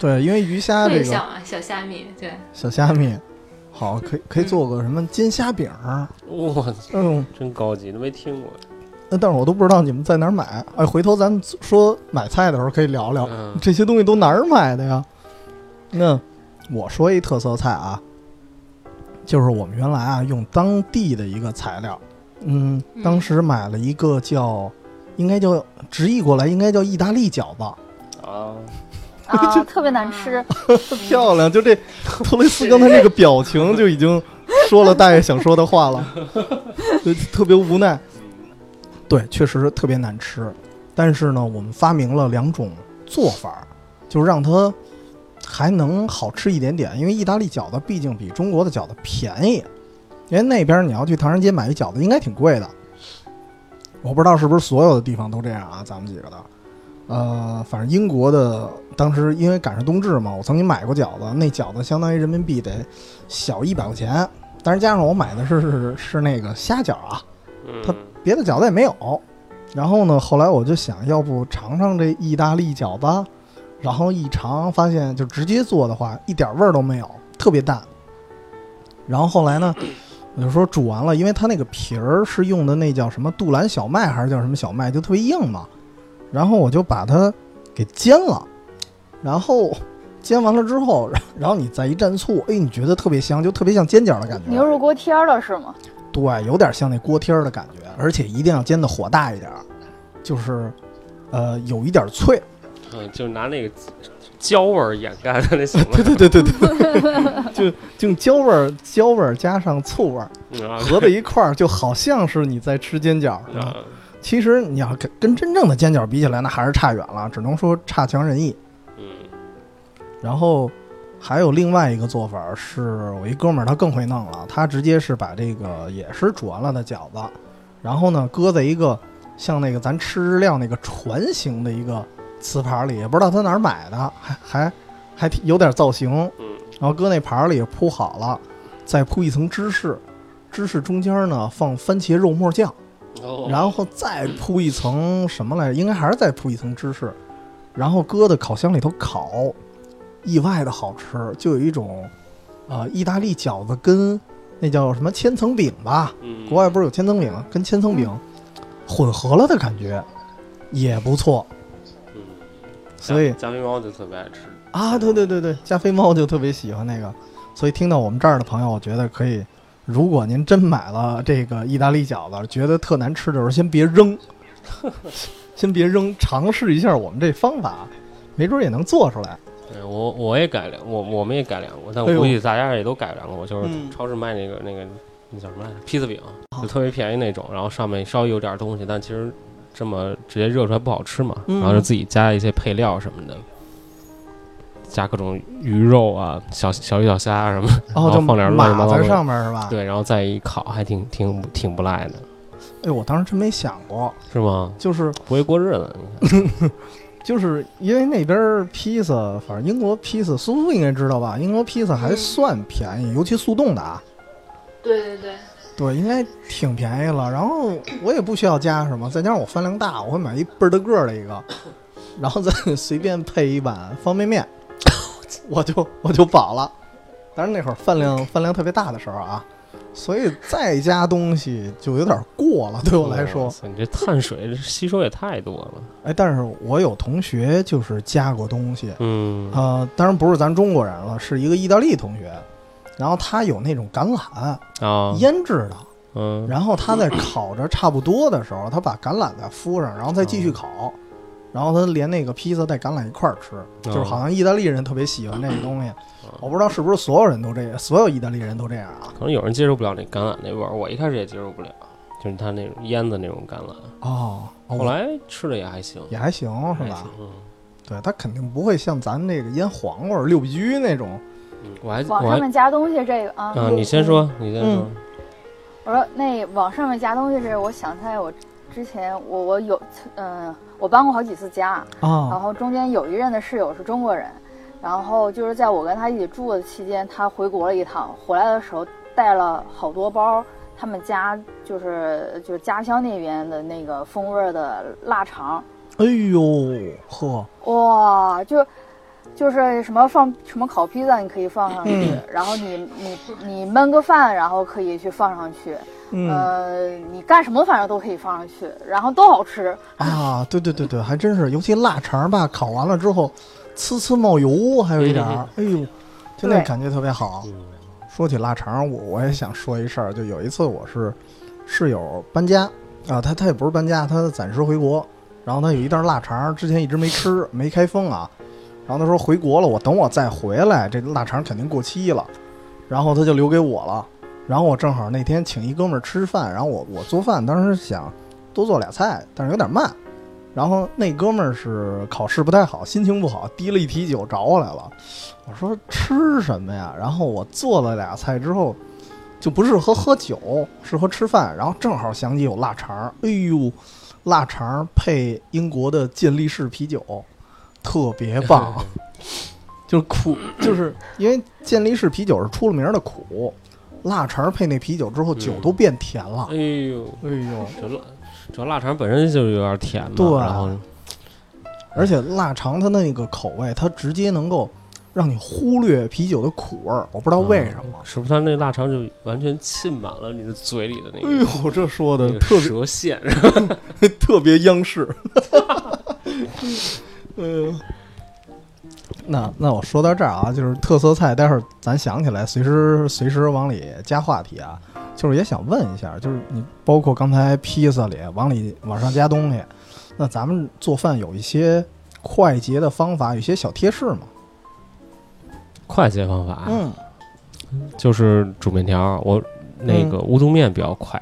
Speaker 1: 对，因为鱼虾这
Speaker 4: 对，
Speaker 1: 个
Speaker 4: 小啊，小虾米，对，
Speaker 1: 小虾米，好，可以可以
Speaker 4: 嗯
Speaker 1: 做个什么煎虾饼儿，
Speaker 2: 哇，
Speaker 1: 嗯，
Speaker 2: 真高级，都没听过。
Speaker 1: 那呃但是我都不知道你们在哪儿买。哎，回头咱们说买菜的时候可以聊聊
Speaker 2: 嗯
Speaker 1: 这些东西都哪儿买的呀？那我说一特色菜啊，就是我们原来啊用当地的一个材料，嗯，
Speaker 4: 嗯
Speaker 1: 当时买了一个叫，应该叫直译过来应该叫意大利饺子，
Speaker 2: 啊，
Speaker 3: 啊，特别难吃，
Speaker 1: 漂亮！就这托雷斯刚才那个表情就已经说了大爷想说的话了，就特别无奈。对，确实特别难吃，但是呢，我们发明了两种做法儿，就让它还能好吃一点点。因为意大利饺子毕竟比中国的饺子便宜，因为那边儿你要去唐人街买一饺子应该挺贵的。我不知道是不是所有的地方都这样啊，咱们几个的。呃，反正英国的当时因为赶上冬至嘛，我曾经买过饺子，那饺子相当于人民币得小一百块钱，但是加上我买的是是是那个虾饺啊，它
Speaker 2: 嗯，
Speaker 1: 别的饺子也没有。然后呢，后来我就想要不尝尝这意大利饺子，然后一尝发现就直接做的话，一点味儿都没有，特别淡。然后后来呢，我就说煮完了，因为它那个皮儿是用的那叫什么杜兰小麦还是叫什么小麦，就特别硬嘛。然后我就把它给煎了，然后煎完了之后，然后你再一蘸醋，哎，你觉得特别香，就特别像煎饺的感觉。
Speaker 3: 牛肉锅贴儿了是吗？
Speaker 1: 对，有点像那锅贴儿的感觉，而且一定要煎的火大一点儿，就是，呃，有一点儿脆。
Speaker 2: 嗯，就拿那个焦味儿掩盖的那什么，
Speaker 1: 对对对对， 就就焦味儿、焦味儿加上醋味儿
Speaker 2: 嗯啊
Speaker 1: 合在一块儿，就好像是你在吃煎饺似的。
Speaker 2: 啊
Speaker 1: 其实你要跟跟真正的煎饺比起来，那还是差远了，只能说差强人意。
Speaker 2: 嗯，
Speaker 1: 然后还有另外一个做法是，我一哥们儿他更会弄了，他直接是把这个也是煮完了的饺子，然后呢搁在一个像那个咱吃日料那个船形的一个瓷盘里，也不知道他哪儿买的，还还还挺有点造型，
Speaker 2: 嗯，
Speaker 1: 然后搁那盘儿里铺好了，再铺一层芝士，芝士中间呢放番茄肉末酱。
Speaker 2: 哦
Speaker 1: 然后再铺一层什么来着？应该还是再铺一层芝士，然后搁到烤箱里头烤，意外的好吃，就有一种，呃，意大利饺子跟那叫什么千层饼吧，
Speaker 2: 嗯
Speaker 1: 国外不是有千层饼，跟千层饼混合了的感觉，也不错。
Speaker 2: 嗯
Speaker 1: 所以
Speaker 2: 加菲猫就特别爱吃，
Speaker 1: 啊，对对对对，加菲猫就特别喜欢那个，所以听到我们这儿的朋友，我觉得可以，如果您真买了这个意大利饺子，觉得特难吃的时候，先别扔，先别扔，尝试一下我们这方法，没准儿也能做出来。
Speaker 2: 对我我也改良，我我们也改良过，但
Speaker 1: 哎
Speaker 2: 我
Speaker 1: 呦
Speaker 2: 估计大家也都改良过，就是
Speaker 1: 嗯
Speaker 2: 超市卖那个那个那叫什么来着，披萨饼
Speaker 1: 啊，
Speaker 2: 就特别便宜那种，然后上面稍微有点东西，但其实这么直接热出来不好吃嘛，
Speaker 1: 嗯
Speaker 2: 然后就自己加一些配料什么的。加各种鱼肉啊，小小鱼小虾啊什么，然
Speaker 1: 哦，
Speaker 2: 后
Speaker 1: 就
Speaker 2: 放点乱七
Speaker 1: 码
Speaker 2: 八糟
Speaker 1: 在
Speaker 2: 的
Speaker 1: 上面是吧？
Speaker 2: 对，然后再一烤，还挺挺挺不赖的，
Speaker 1: 哎，我当时真没想过，
Speaker 2: 是吗？
Speaker 1: 就是
Speaker 2: 不会过日子，你看，
Speaker 1: 就是因为那边儿披萨，反正英国披萨，苏苏应该知道吧？英国披萨还
Speaker 4: 嗯
Speaker 1: 算便宜，尤其速冻的啊。
Speaker 4: 对对对，
Speaker 1: 对，应该挺便宜了。然后我也不需要加什么，再加上我饭量大，我会买一倍儿大个儿的一个，然后再随便配一碗方便面，我就我就饱了。当然那会儿饭量饭量特别大的时候啊，所以再加东西就有点过了，对我来
Speaker 2: 哇
Speaker 1: 说。
Speaker 2: 塞你这碳水吸收也太多了，
Speaker 1: 哎，但是我有同学就是加过东西，
Speaker 2: 嗯，
Speaker 1: 呃，当然不是咱中国人了，是一个意大利同学，然后他有那种橄榄
Speaker 2: 啊，
Speaker 1: 腌制的。
Speaker 2: 嗯，哦
Speaker 1: 然后他在烤着差不多的时候，他把橄榄再敷上，然后再继续烤，然后他连那个披萨带橄榄一块儿吃，就是好像意大利人特别喜欢这个东西，
Speaker 2: 哦
Speaker 1: 我不知道是不是所有人都这样，所有意大利人都这样啊？
Speaker 2: 可能有人接受不了那橄榄那味儿，我一开始也接受不了，就是它那种腌的那种橄榄。
Speaker 1: 哦，
Speaker 2: 后来吃的也还行，
Speaker 1: 也还行是
Speaker 2: 还
Speaker 1: 吧
Speaker 2: 行？，嗯，
Speaker 1: 对，它肯定不会像咱这个腌黄瓜、六必居那种。
Speaker 2: 嗯我还
Speaker 3: 往
Speaker 2: 我
Speaker 3: 上
Speaker 2: 还
Speaker 3: 面加东西这个啊，
Speaker 2: 啊，你先说，你先说，
Speaker 3: 我说那往上面加东西这个，我想起来我之前我我有嗯、我搬过好几次家，然
Speaker 2: 哦
Speaker 1: 啊
Speaker 3: 后中间有一任的室友是中国人，然后就是在我跟他一起住的期间，他回国了一趟，回来的时候带了好多包他们家就是就是家乡那边的那个风味儿的腊肠，
Speaker 1: 哎呦呵，
Speaker 3: 哇，就就是什么放什么烤披萨你可以放上去，然后你你你焖个饭，然后可以去放上去，
Speaker 1: 嗯
Speaker 3: 呃，你干什么反正都可以放上去，然后都好吃，
Speaker 1: 啊，对对对对，还真是，尤其腊肠吧，烤完了之后，呲呲冒油，还有一点儿，哎呦，就那
Speaker 3: 对
Speaker 1: 感觉特别好。
Speaker 2: 嗯
Speaker 1: 说起腊肠，我我也想说一事儿，就有一次我是室友搬家啊，他他也不是搬家，他暂时回国，然后他有一袋腊肠，之前一直没吃，没开封啊，然后他说回国了，我等我再回来，这腊肠肯定过期了，然后他就留给我了，然后我正好那天请一哥们儿吃饭，然后我我做饭，当时想多做俩菜，但是有点慢。然后那哥们儿是考试不太好，心情不好，提了一提酒找我来了。我说吃什么呀？然后我做了俩菜之后，就不适合喝酒，适合吃饭。然后正好想起有腊肠儿，哎呦，腊肠儿配英国的健力士啤酒，特别棒。 就是苦，就是因为健力士啤酒是出了名儿的苦，腊肠儿配那啤酒之后，酒都变甜了
Speaker 2: 哎。呦，
Speaker 1: 哎呦，
Speaker 2: 这辣，主要腊肠本身就有点甜嘛，
Speaker 1: 对
Speaker 2: 然后
Speaker 1: 而且腊肠它那个口味，它直接能够让你忽略啤酒的苦味儿，我不知道为什么。
Speaker 2: 是不是它那腊肠就完全浸满了你的嘴里的那
Speaker 1: 哎
Speaker 2: 个
Speaker 1: 呦，这说
Speaker 2: 那
Speaker 1: 的
Speaker 2: 个
Speaker 1: 特别
Speaker 2: 舌线，
Speaker 1: 特别央视。嗯，那那我说到这儿啊，就是特色菜，待会儿咱想起来，随时随时往里加话题啊。就是也想问一下，就是你包括刚才披萨里往里往上加东西，那咱们做饭有一些快捷的方法，有一些小贴士嘛？
Speaker 2: 快捷方法，啊
Speaker 1: 嗯，
Speaker 2: 就是煮面条儿，我那个乌冬面比较快，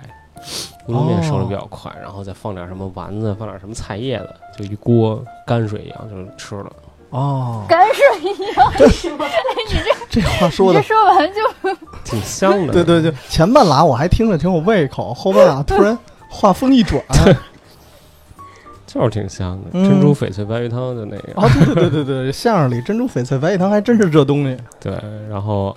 Speaker 2: 乌冬面熟的
Speaker 1: 哦
Speaker 2: 比较快，然后再放点什么丸子，放点什么菜叶子，就一锅泔水一样就是吃了。
Speaker 1: 哦，
Speaker 3: 干是一样，
Speaker 1: 这话
Speaker 3: 你
Speaker 1: 说
Speaker 3: 这
Speaker 1: 的，
Speaker 3: 说完就
Speaker 2: 挺香的，
Speaker 1: 对对对，前半拉我还听着挺有胃口，后半拉突然话锋一 转，
Speaker 2: 就是挺香的。
Speaker 1: 嗯
Speaker 2: 珍珠翡翠白鱼汤就那个，
Speaker 1: 哦，对对对对对，相声里珍珠翡翠白玉糖还真是这东西。
Speaker 2: 对，然后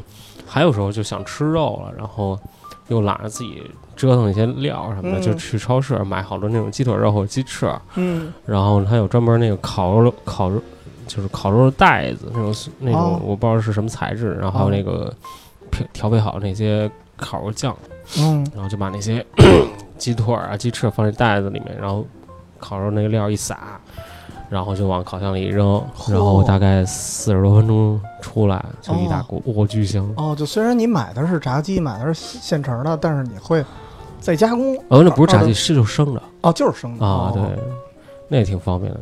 Speaker 2: 还有时候就想吃肉了，然后又懒得自己折腾一些料什么的，
Speaker 1: 嗯
Speaker 2: 就去超市买好多那种鸡腿肉或者鸡翅，
Speaker 1: 嗯，
Speaker 2: 然后它有专门那个烤肉烤肉，就是烤肉的袋子那种那
Speaker 1: 哦
Speaker 2: 种，我不知道是什么材质，然后还有
Speaker 1: 哦
Speaker 2: 那个调调配好那些烤肉酱，
Speaker 1: 嗯，
Speaker 2: 然后就把那些 鸡腿儿啊、鸡翅放在袋子里面，然后烤肉那个料一撒，然后就往烤箱里一扔，然后大概四十多分钟出来就一大锅，哇、巨香！
Speaker 1: 哦，就虽然你买的是炸鸡，买的是现成的，但是你会再加工。
Speaker 2: 哦，那不是炸鸡，是就生的
Speaker 1: 哦，就是生的
Speaker 2: 啊，对
Speaker 1: 哦，
Speaker 2: 那也挺方便的，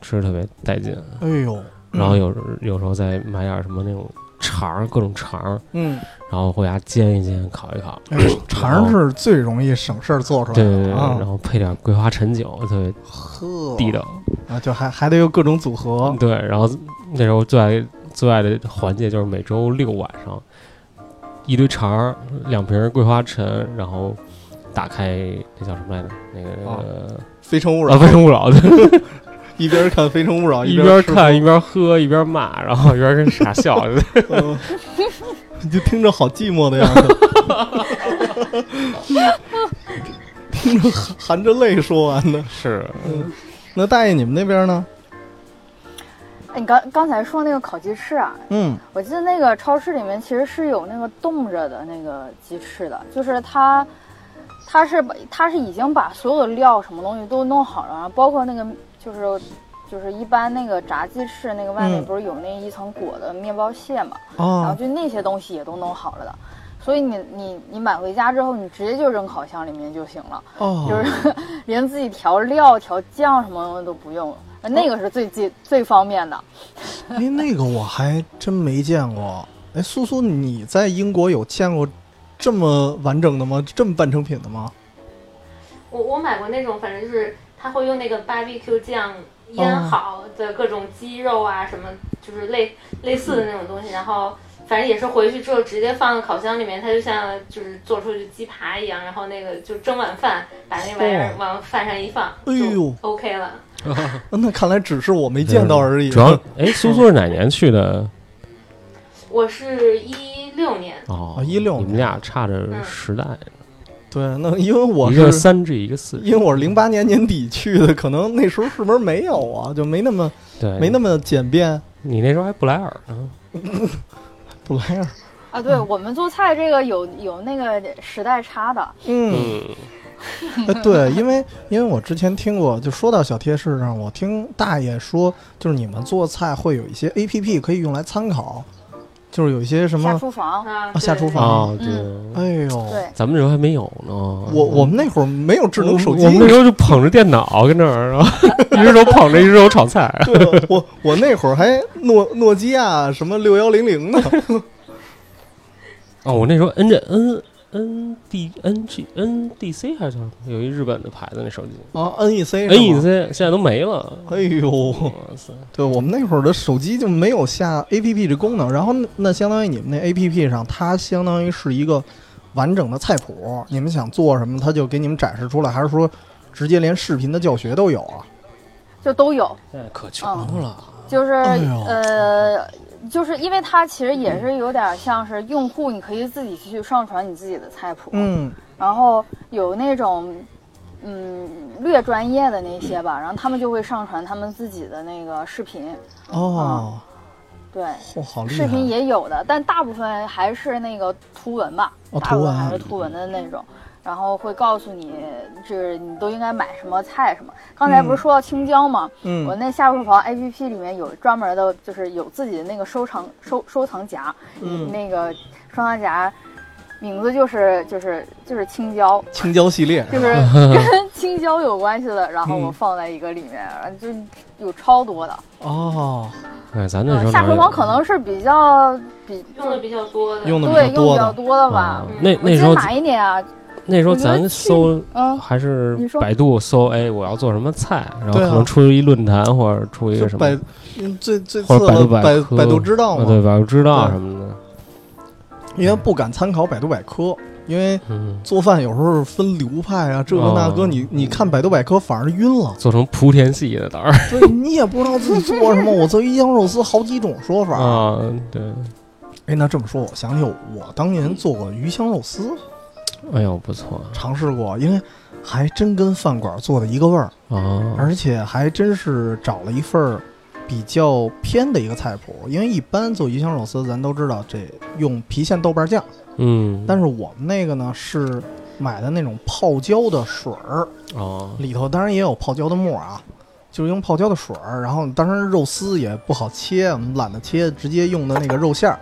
Speaker 2: 吃着特别带劲。
Speaker 1: 哎呦，
Speaker 2: 然后有时有时候再买点什么那种肠儿，各种肠儿，
Speaker 1: 嗯，
Speaker 2: 然后回家煎一煎，烤一烤。
Speaker 1: 哎呦肠是最容易省事儿做出来
Speaker 2: 对
Speaker 1: 的，
Speaker 2: 对对，
Speaker 1: 啊
Speaker 2: 然后配点桂花陈酒，特别
Speaker 1: 呵，
Speaker 2: 地道。
Speaker 1: 啊，就还还得有各种组合。
Speaker 2: 对，然后那时候最爱最爱的环节就是每周六晚上，一堆肠儿，两瓶桂花陈，然后打开那叫什么来着？那个那个
Speaker 1: 非诚啊勿
Speaker 2: 啊，
Speaker 1: 扰，
Speaker 2: 非诚勿扰，对
Speaker 1: 一边看《非诚勿扰》
Speaker 2: 一
Speaker 1: 边
Speaker 2: 边看一边喝一边骂，然后一边跟 傻笑。
Speaker 1: 吃，嗯你就听着好寂寞的样子， 听着含含着泪说完的。
Speaker 2: 是，
Speaker 1: 那大爷，你们那边呢？
Speaker 3: 哎你刚刚才说那个烤鸡翅啊，
Speaker 1: 嗯，
Speaker 3: 我记得那个超市里面其实是有那个冻着的那个鸡翅的，就是它，它是把它是已经把所有的料什么东西都弄好了，然后包括那个就是就是一般那个炸鸡翅那个外面
Speaker 1: 嗯
Speaker 3: 不是有那一层裹的面包屑嘛，然后
Speaker 1: 哦，
Speaker 3: 就那些东西也都弄好了的，所以你你你买回家之后，你直接就扔烤箱里面就行了，
Speaker 1: 哦
Speaker 3: 就是 连自己调料、调酱什么的都不用，那
Speaker 1: 哦
Speaker 3: 个是最近、最方便的。
Speaker 1: 哎，那个我还真没见过。哎，苏苏，你在英国有见过这么完整的吗？这么半成品的吗？
Speaker 4: 我我买过那种，反正就是他会用那个 BBQ 酱腌
Speaker 1: 哦
Speaker 4: 好的各种鸡肉啊，什么就是类类似的那种东西，然后反正也是回去之后直接放到烤箱里面，它就像就是做出去鸡扒一样，然后那个就蒸晚饭，把那玩意儿
Speaker 1: 嚯
Speaker 4: 往饭上一放，
Speaker 1: 哦哎呦
Speaker 4: 就 OK 了。
Speaker 1: 那看来只是我没见到而已。
Speaker 2: 主要哎，苏苏是哪年去的？
Speaker 4: 我是一六年，
Speaker 2: 哦
Speaker 1: 啊，16
Speaker 2: 你们俩差
Speaker 3: 嗯
Speaker 2: 着时代，
Speaker 1: 对，那因为我
Speaker 2: 一个
Speaker 1: 是
Speaker 2: 三 G，一个四 G，
Speaker 1: 因为我是零八年年底去的，可能那时候是不是没有啊？就没那么
Speaker 2: 对，
Speaker 1: 没那
Speaker 2: 么，
Speaker 1: 么简便。
Speaker 2: 你那时候还布莱尔呢，
Speaker 1: 布莱尔，
Speaker 3: 啊，对
Speaker 1: 嗯
Speaker 3: 我们做菜这个有有那个时代差的，
Speaker 1: 嗯，
Speaker 2: 嗯，
Speaker 1: 哎，对，因为因为我之前听过，就说到小贴士上，我听大爷说，就是你们做菜会有一些 A P P 可以用来参考，就是有一些什
Speaker 3: 下
Speaker 1: 么，
Speaker 3: 厨房。
Speaker 4: 啊，
Speaker 1: 啊下
Speaker 3: 嗯
Speaker 4: 对
Speaker 1: 厨房
Speaker 2: 哦，对，
Speaker 1: 哎呦，
Speaker 3: 对，
Speaker 2: 咱们那时候还没有呢，
Speaker 1: 我我们那会儿没有智能手机，
Speaker 2: 我们那时候就捧着电脑跟那儿， 然后一只手捧着，一只手炒菜。
Speaker 1: 对我我那会儿还诺诺基亚什么六幺零零呢，
Speaker 2: 哦，我那时候 N 这 N N D N G N D C 还是叫什么？有一日本的牌子那手机
Speaker 1: 啊，N E C
Speaker 2: ，N E C 现在都没了。
Speaker 1: 哎
Speaker 3: 哦
Speaker 1: 呦，
Speaker 2: 哇塞！
Speaker 1: 对我们那会儿的手机就没有下 A P P 这功能，然后那那相当于你们那 A P P 上，它相当于是一个完整的菜谱，你们想做什么，它就给你们展示出来，还是说直接连视频的教学都有啊？
Speaker 3: 就都有，嗯
Speaker 2: 现在可穷了，
Speaker 3: 就是、
Speaker 1: 哎呦
Speaker 3: 呃，就是因为它其实也是有点像是用户，你可以自己去上传你自己的菜谱，
Speaker 1: 嗯，
Speaker 3: 然后有那种嗯略专业的那些吧，然后他们就会上传他们自己的那个视频，
Speaker 1: 哦，
Speaker 3: 对，
Speaker 1: 嚯、好厉
Speaker 3: 视频
Speaker 1: 害！啊
Speaker 3: 也有的，但大部分还是那个图文吧，
Speaker 1: 哦
Speaker 3: 大部
Speaker 1: 图
Speaker 3: 分
Speaker 1: 文
Speaker 3: 还是图文的那种。然后会告诉你，这你都应该买什么菜什么。刚才不
Speaker 1: 嗯
Speaker 3: 是说到青椒吗？我
Speaker 1: 嗯，
Speaker 3: 那下厨房 APP 里面有专门的，就是有自己的那个收藏收收藏夹，
Speaker 1: 嗯
Speaker 3: 那个收藏夹名字就是就是就是青椒，
Speaker 1: 青椒
Speaker 2: 嗯
Speaker 1: 系列，
Speaker 3: 就是 跟青椒有关系的，然后我
Speaker 1: 嗯
Speaker 3: 放在一个里面，就有超多的。
Speaker 1: 哦，
Speaker 2: 哎，咱那时候
Speaker 3: 嗯下
Speaker 2: 哪
Speaker 3: 厨
Speaker 2: 有
Speaker 3: 房可能是比较比
Speaker 4: 用的比较多的，
Speaker 1: 用的
Speaker 3: 对
Speaker 1: 比较
Speaker 3: 用
Speaker 1: 多
Speaker 3: 比较
Speaker 1: 的，
Speaker 3: 多的吧
Speaker 2: 啊。
Speaker 4: 嗯
Speaker 2: 那
Speaker 3: 我
Speaker 2: 那
Speaker 3: 记
Speaker 2: 时
Speaker 3: 得
Speaker 2: 候
Speaker 3: 哪一年啊？
Speaker 2: 那时候
Speaker 3: 我觉得
Speaker 2: 咱
Speaker 3: 去
Speaker 2: 搜
Speaker 3: 嗯，
Speaker 2: 还是
Speaker 3: 你说
Speaker 2: 百度搜哎，我要做什么菜，然后
Speaker 1: 对啊
Speaker 2: 可能出一论坛或者出一
Speaker 1: 就
Speaker 2: 个什么
Speaker 1: 百，嗯最最次
Speaker 2: 或者百
Speaker 1: 了
Speaker 2: 度
Speaker 1: 百
Speaker 2: 科、
Speaker 1: 百度知道
Speaker 2: 啊
Speaker 1: 嘛，
Speaker 2: 对，百度知道
Speaker 1: 对
Speaker 2: 什么的，
Speaker 1: 因为不敢参考百度百科，因为。
Speaker 2: 嗯，
Speaker 1: 做饭有时候分流派啊，这个那个，
Speaker 2: 哦
Speaker 1: 你你看百度百科反而晕了，
Speaker 2: 做成莆田系的当然
Speaker 1: 对你也不知道自己做什么。我作为羊肉丝，好几种说法。
Speaker 2: 啊，对，
Speaker 1: 哎，那这么说，我想起我当年做过鱼香肉丝，
Speaker 2: 哎呦不错
Speaker 1: 尝试过，因为还真跟饭馆做的一个味儿，
Speaker 2: 啊，
Speaker 1: 而且还真是找了一份儿比较偏的一个菜谱。因为一般做鱼香肉丝，咱都知道这用郫县豆瓣酱，
Speaker 2: 嗯，
Speaker 1: 但是我们那个呢是买的那种泡椒的水儿。
Speaker 2: 哦，
Speaker 1: 里头当然也有泡椒的沫儿啊，就是用泡椒的水儿，然后当然肉丝也不好切，我们懒得切，直接用的那个肉馅儿，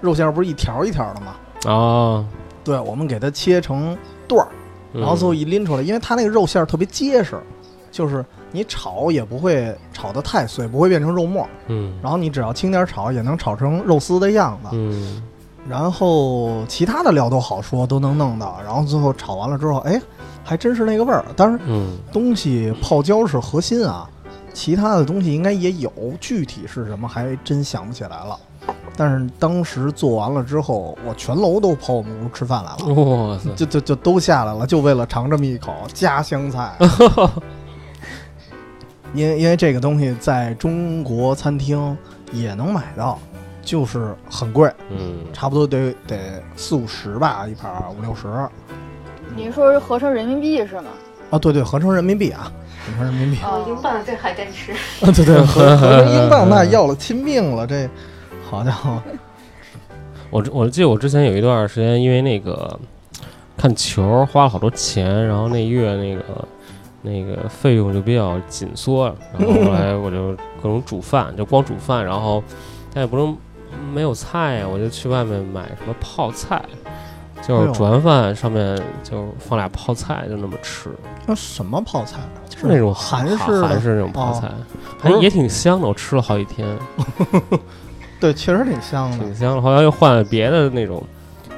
Speaker 1: 肉馅儿不是一条一条的嘛？
Speaker 2: 哦，
Speaker 1: 对，我们给它切成段儿，
Speaker 2: 嗯
Speaker 1: 然后最后一拎出来，因为它那个肉馅儿特别结实，就是你炒也不会炒得太碎，不会变成肉末儿，
Speaker 2: 嗯
Speaker 1: 然后你只要轻点儿炒也能炒成肉丝的样子，
Speaker 2: 嗯
Speaker 1: 然后其他的料都好说，都能弄到，然后最后炒完了之后，哎，还真是那个味儿，当然。
Speaker 2: 嗯
Speaker 1: 东西泡椒是核心啊，其他的东西应该也有，具体是什么还真想不起来了。但是当时做完了之后，我全楼都跑我们屋吃饭来了，
Speaker 2: 哇塞，
Speaker 1: 就就就都下来了，就为了尝这么一口家乡菜。 因为因为这个东西在中国餐厅也能买到，就是很贵，
Speaker 2: 嗯
Speaker 1: 差不多得得四五十吧，一盘儿五六十。
Speaker 3: 你说是合成人民币是吗？
Speaker 1: 啊，对对，合成人民币啊，合成人民币。
Speaker 4: 哦，英镑这还敢吃？
Speaker 1: 啊，对对， 合合着英镑那要了亲命了，这好家 伙，
Speaker 2: 我之我记得我之前有一段时间，因为那个看球花了好多钱，然后那月那个那个费用就比较紧缩，然后后来我就各种煮饭，就光煮饭，啊然后但也不能没有菜呀，我就去外面买什么泡菜，就
Speaker 1: 哎
Speaker 2: 是
Speaker 1: 呦
Speaker 2: 煮完饭上面就放俩泡菜，就那么吃，
Speaker 1: 那什么泡菜？啊
Speaker 2: 就是那种
Speaker 1: 韩
Speaker 2: 韩
Speaker 1: 式
Speaker 2: 韩
Speaker 1: 的，
Speaker 2: 式那种泡
Speaker 1: 哦
Speaker 2: 菜，
Speaker 1: 不
Speaker 2: 还
Speaker 1: 是
Speaker 2: 也挺香的，我吃了好几天，
Speaker 1: 对，确实挺香的
Speaker 2: 挺。香的。后来又换了别的那种。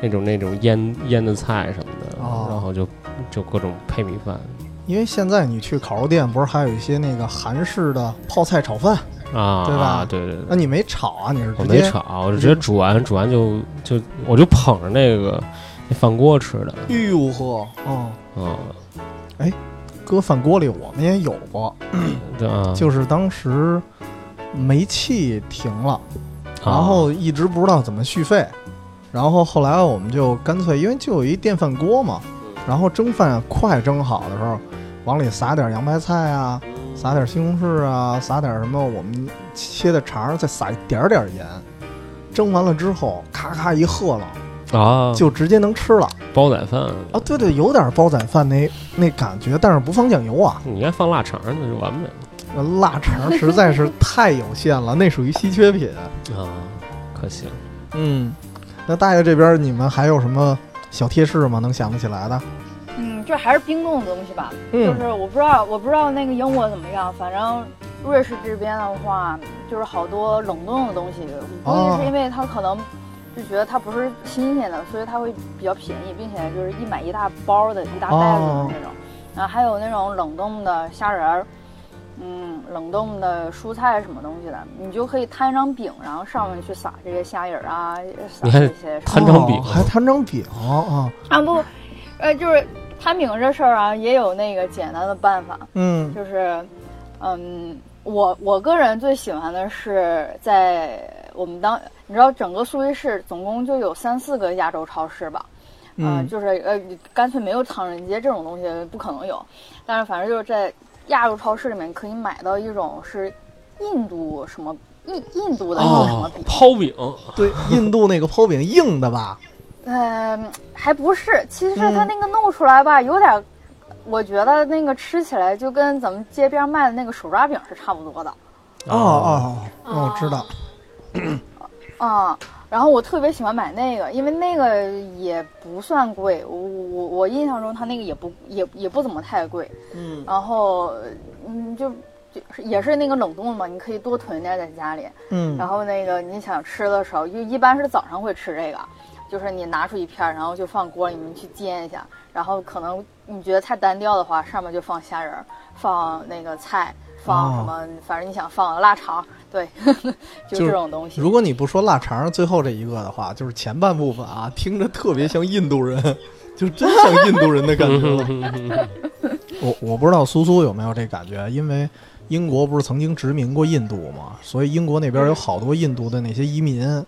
Speaker 2: 那种那种腌腌的菜什么的，
Speaker 1: 哦
Speaker 2: 然后就就各种配米饭
Speaker 1: 因为现在你去烤肉店，不是还有一些那个韩式的泡菜炒饭？
Speaker 2: 啊，
Speaker 1: 对吧
Speaker 2: 啊对对对
Speaker 1: 那，你没炒啊？你是
Speaker 2: 我
Speaker 1: 直
Speaker 2: 没
Speaker 1: 接？
Speaker 2: 炒，我就
Speaker 1: 直
Speaker 2: 直
Speaker 1: 接
Speaker 2: 接煮完，煮完就就我就捧着那个那饭锅吃的，
Speaker 1: 哎呦呵，哦，
Speaker 2: 嗯，
Speaker 1: 搁饭锅里我们也有过，
Speaker 2: 对啊，
Speaker 1: 就是当时煤气停了，然
Speaker 2: 啊
Speaker 1: 后一直不知道怎么续费，然后后来我们就干脆，因为就有一电饭锅嘛，然后蒸饭快蒸好的时候，往里撒点洋白菜啊，撒点西红柿啊，撒点什么我们切的肠儿，再撒一点儿点儿盐，蒸完了之后，咔咔一喝了，
Speaker 2: 啊，
Speaker 1: 就直接能吃了。
Speaker 2: 煲仔饭，
Speaker 1: 啊，对对，有点煲仔饭那那感觉，但是不放酱油啊，
Speaker 2: 你应该放腊肠儿那就完美
Speaker 1: 腊肠实在是太有限了，那属于稀缺品。
Speaker 2: 了啊，可惜了。
Speaker 1: 嗯，那大爷这边你们还有什么小贴士吗？能想得起来的？
Speaker 3: 嗯，这还是冰冻的东西吧，就
Speaker 1: 嗯，
Speaker 3: 是我不知道，我不知道那个英国怎么样，反正瑞士这边的话，就是好多冷冻的东西，估计
Speaker 1: 哦
Speaker 3: 是因为它可能就觉得它不是新鲜的，所以它会比较便宜，并且就是一买一大包的一大袋子的那种。然后还有那种冷冻的虾仁儿，嗯，冷冻的蔬菜什么东西的，你就可以摊一张饼，然后上面去撒这些虾仁儿啊，撒
Speaker 2: 你还
Speaker 3: 这些什么
Speaker 2: 摊张饼
Speaker 1: 哦还摊张饼啊，
Speaker 3: 啊不，呃，就是摊饼这事儿啊，也有那个简单的办法。
Speaker 1: 嗯
Speaker 3: 就是，嗯，我我个人最喜欢的是在我们当，你知道整个苏黎世总共就有三四个亚洲超市吧，呃
Speaker 1: 嗯
Speaker 3: 就是呃，干脆没有唐人街这种东西不可能有，但是反正就是在亚洲超市里面可以买到一种是印度什么印印度
Speaker 1: 哎
Speaker 3: 的那种什么
Speaker 2: 哦
Speaker 3: 饼，，
Speaker 5: 泡 饼，
Speaker 3: 呃
Speaker 1: 对，印度那个泡饼硬的吧？
Speaker 3: 嗯，还不是，其实它那个弄出来吧，有点儿，我觉得那个吃起来就跟咱们街边卖的那个手抓饼是差不多的
Speaker 1: 哦哦，哦
Speaker 4: 哦，
Speaker 1: 我知道，
Speaker 3: 啊、然后我特别喜欢买那个，因为那个也不算贵，我我我印象中它那个也不也也不怎么太贵。
Speaker 1: 嗯
Speaker 3: 然后嗯，就就是也是那个冷冻的嘛，你可以多囤点儿在家里。然
Speaker 1: 嗯，
Speaker 3: 后那个你想吃的时候，就一般是早上会吃这个，就是你拿出一片儿，然后就放锅里面去煎一下，然后可能你觉得太单调的话，上面就放虾仁儿，放那个菜，放
Speaker 1: 哦
Speaker 3: 什么，反正你想放腊肠，对， 就
Speaker 1: 就是
Speaker 3: 这种东西。
Speaker 1: 如果你不说腊肠最后这一个的话，就是前半部分啊，听着特别像印度人，就真像印度人的感觉了。
Speaker 2: 嗯
Speaker 1: 我我不知道苏苏有没有这感觉，因为英国不是曾经殖民过印度嘛，所以英国那边有好多印度的那些移民，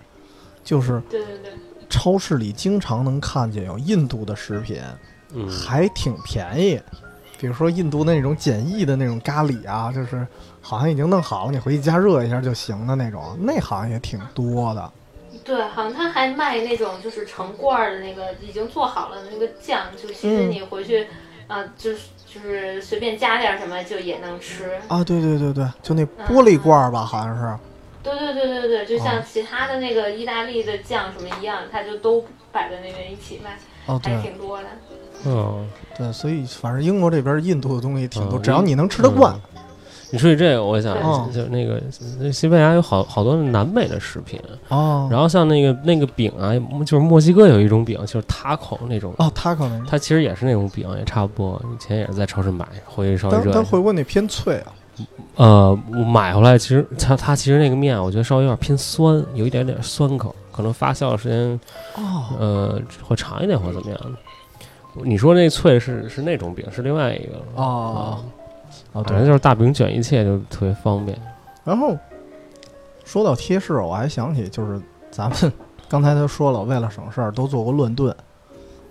Speaker 1: 就是
Speaker 4: 对对对，
Speaker 1: 超市里经常能看见有印度的食品，
Speaker 2: 嗯，
Speaker 1: 还挺便宜。比如说印度那种简易的那种咖喱啊，就是好像已经弄好了，你回去加热一下就行的那种，那好像也挺多的。
Speaker 4: 对，好像他还卖那种就是成罐儿的那个已经做好了的那个酱，就其实
Speaker 1: 嗯
Speaker 4: 你回去，啊，就是就是随便加点儿什么就也能吃。
Speaker 1: 啊，对对对对，就那玻璃罐儿吧，好像是。
Speaker 4: 对对对对对，就像其他的那个意大利的酱什么一样，它就都摆在那边一起卖，
Speaker 1: 哦，
Speaker 4: 还
Speaker 1: 对
Speaker 4: 挺多的。
Speaker 1: 哦
Speaker 2: 嗯，
Speaker 1: 对，所以反正英国这边印度的东西挺多，
Speaker 2: 嗯
Speaker 1: 只要你能吃得惯。
Speaker 2: 你说起这个，我也想
Speaker 1: 嗯
Speaker 2: 就那个那西班牙有好好多南美的食品，
Speaker 1: 哦，
Speaker 2: 然后像那个那个饼啊，就是墨西哥有一种饼，就是 taco 那种，
Speaker 1: 哦，他可能，
Speaker 2: 它其实也是那种饼，也差不多。以前也是在超市买，回去稍微
Speaker 1: 但
Speaker 2: 热
Speaker 1: 但
Speaker 2: 一下
Speaker 1: 回。国那偏脆啊。
Speaker 2: 呃，我买回来其实它它其实那个面，我觉得稍微有点偏酸，有一点点酸口，可能发酵的时间
Speaker 1: 哦，
Speaker 2: 呃会长一点或者怎么样。你说那脆是是那种饼，是另外一个
Speaker 1: 哦
Speaker 2: 啊
Speaker 1: 哦哦，
Speaker 2: 反正
Speaker 1: 对。
Speaker 2: 就是大饼卷一切就特别方便。
Speaker 1: 然后说到贴士，我还想起就是咱们 刚才他说了，为了省事儿都做过乱炖。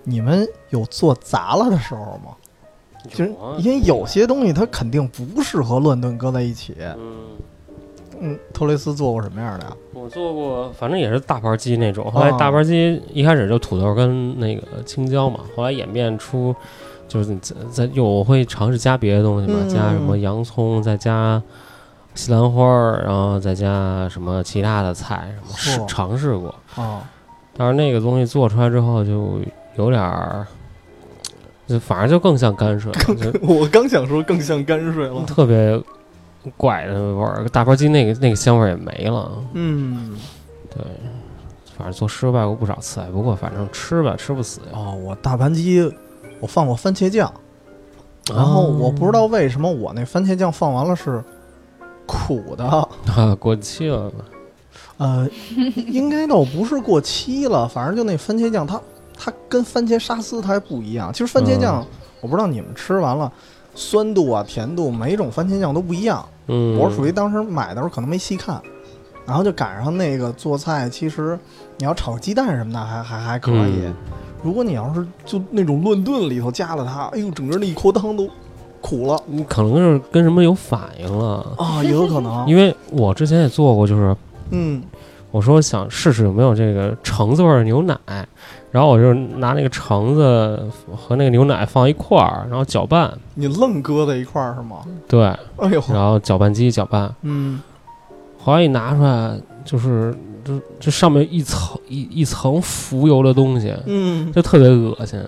Speaker 1: 你们有做砸了的时候吗？就是
Speaker 2: 啊
Speaker 1: 因为有啊些东西它肯定不适合乱炖搁在一起。
Speaker 5: 嗯，
Speaker 1: 嗯，托雷斯做过什么样的呀？
Speaker 2: 我做过，反正也是大盘鸡那
Speaker 1: 哦
Speaker 2: 种。后来大盘鸡一开始就土豆跟那个青椒嘛，后来演变出就是你再再有我会尝试加别的东西嘛，
Speaker 1: 嗯
Speaker 2: 加什么洋葱，再加西兰花儿，然后再加什么其他的菜什么试
Speaker 1: 嚯
Speaker 2: 尝试过。
Speaker 1: 哦，
Speaker 2: 但是那个东西做出来之后就有点儿，就反正就更像泔水， 就
Speaker 1: 我刚想说更像泔水了。
Speaker 2: 特别怪的味儿。大盘鸡那个那个香味儿也没了，
Speaker 1: 嗯，
Speaker 2: 对。反正做失败过不少次，哎不过反正吃吧，吃不死。
Speaker 1: 哦，我大盘鸡我放过番茄酱，然后我不知道为什么我那番茄酱放完了是苦的，
Speaker 2: 啊，过期了吧？
Speaker 1: 呃，应该倒不是过期了，反正就那番茄酱它它跟番茄沙司它还不一样。其实番
Speaker 2: 嗯
Speaker 1: 茄酱、我不知道你们吃完了。酸度啊，甜度，每种番茄酱都不一样。
Speaker 2: 嗯，
Speaker 1: 我是属于当时买的时候可能没细看，然后就赶上那个做菜，其实你要炒鸡蛋什么的还还还可以，
Speaker 2: 嗯
Speaker 1: 如果你要是就那种乱炖里头加了它，哎呦，整个那一锅汤都苦了
Speaker 2: 你可能是跟什么有反应了，
Speaker 1: 啊，也有可能。
Speaker 2: 因为我之前也做过，就是
Speaker 1: 嗯，
Speaker 2: 我说想试试有没有这个橙子味儿的牛奶，然后我就拿那个橙子和那个牛奶放一块儿，然后搅拌，
Speaker 1: 你愣搁在一块儿是吗？
Speaker 2: 对，
Speaker 1: 哎呦，
Speaker 2: 然后搅拌机搅拌，
Speaker 1: 嗯，
Speaker 2: 后来一拿出来就是就这上面一层一一层浮游的东西，
Speaker 1: 嗯，
Speaker 2: 就特别恶心，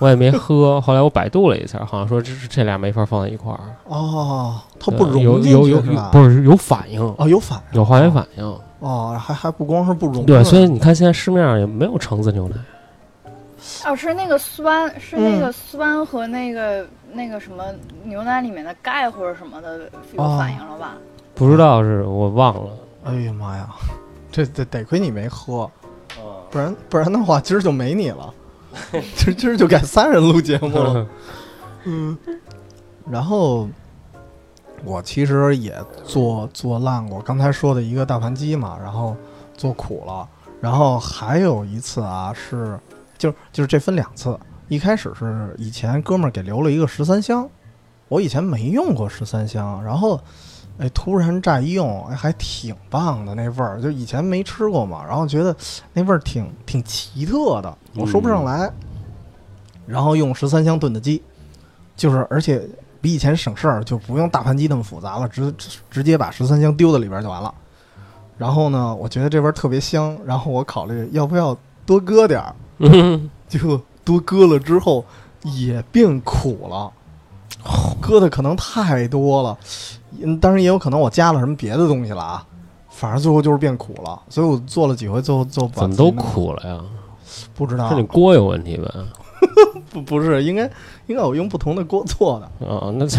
Speaker 2: 我也没喝，后来我百度了一下，好像说这是这俩没法放在一块儿，
Speaker 1: 哦，它
Speaker 2: 对
Speaker 1: 不
Speaker 2: 有
Speaker 1: 融进
Speaker 2: 有
Speaker 1: 去
Speaker 2: 有
Speaker 1: 是吧？
Speaker 2: 不是有反应，
Speaker 1: 哦，有反应
Speaker 2: 有化学反应。
Speaker 1: 哦，还还不光是不融，
Speaker 2: 对，所以你看现在市面上也没有橙子牛奶，
Speaker 3: 哦，是那个酸，是那
Speaker 1: 嗯
Speaker 3: 个酸和那个、那个什么牛奶里面的钙或者什么的
Speaker 1: 哦
Speaker 3: 有反应了吧？
Speaker 2: 不知道是我忘了。
Speaker 1: 哎呀妈呀，这得得亏你没喝，不然不然的话，今儿就没你了，今儿今儿就改三人录节目 了。嗯，然后我其实也做做烂过，刚才说的一个大盘鸡嘛，然后做苦了，然后还有一次啊是，就是就是这分两次，一开始是以前哥们儿给留了一个十三香，我以前没用过十三香，然后。哎，突然乍一用，哎，还挺棒的那味儿，就以前没吃过嘛，然后觉得那味儿挺挺奇特的，我说不上来。然后用十三香炖的鸡，就是而且比以前省事儿，就不用大盘鸡那么复杂了，直直直接把十三香丢到里边儿就完了。然后呢，我觉得这边儿特别香，然后我考虑要不要多搁点儿，
Speaker 2: 嗯，
Speaker 1: 结果多搁了之后也变苦了，搁的可能太多了，嗯，当然也有可能我加了什么别的东西了啊，反正最后就是变苦了，所以我做了几回，最后最后把
Speaker 2: 怎么
Speaker 1: 自己
Speaker 2: 都
Speaker 1: 弄，
Speaker 2: 苦了呀？
Speaker 1: 不知道
Speaker 2: 是你锅有问题呗？
Speaker 1: 不不是应该应该我用不同的锅做的，
Speaker 2: 啊，那这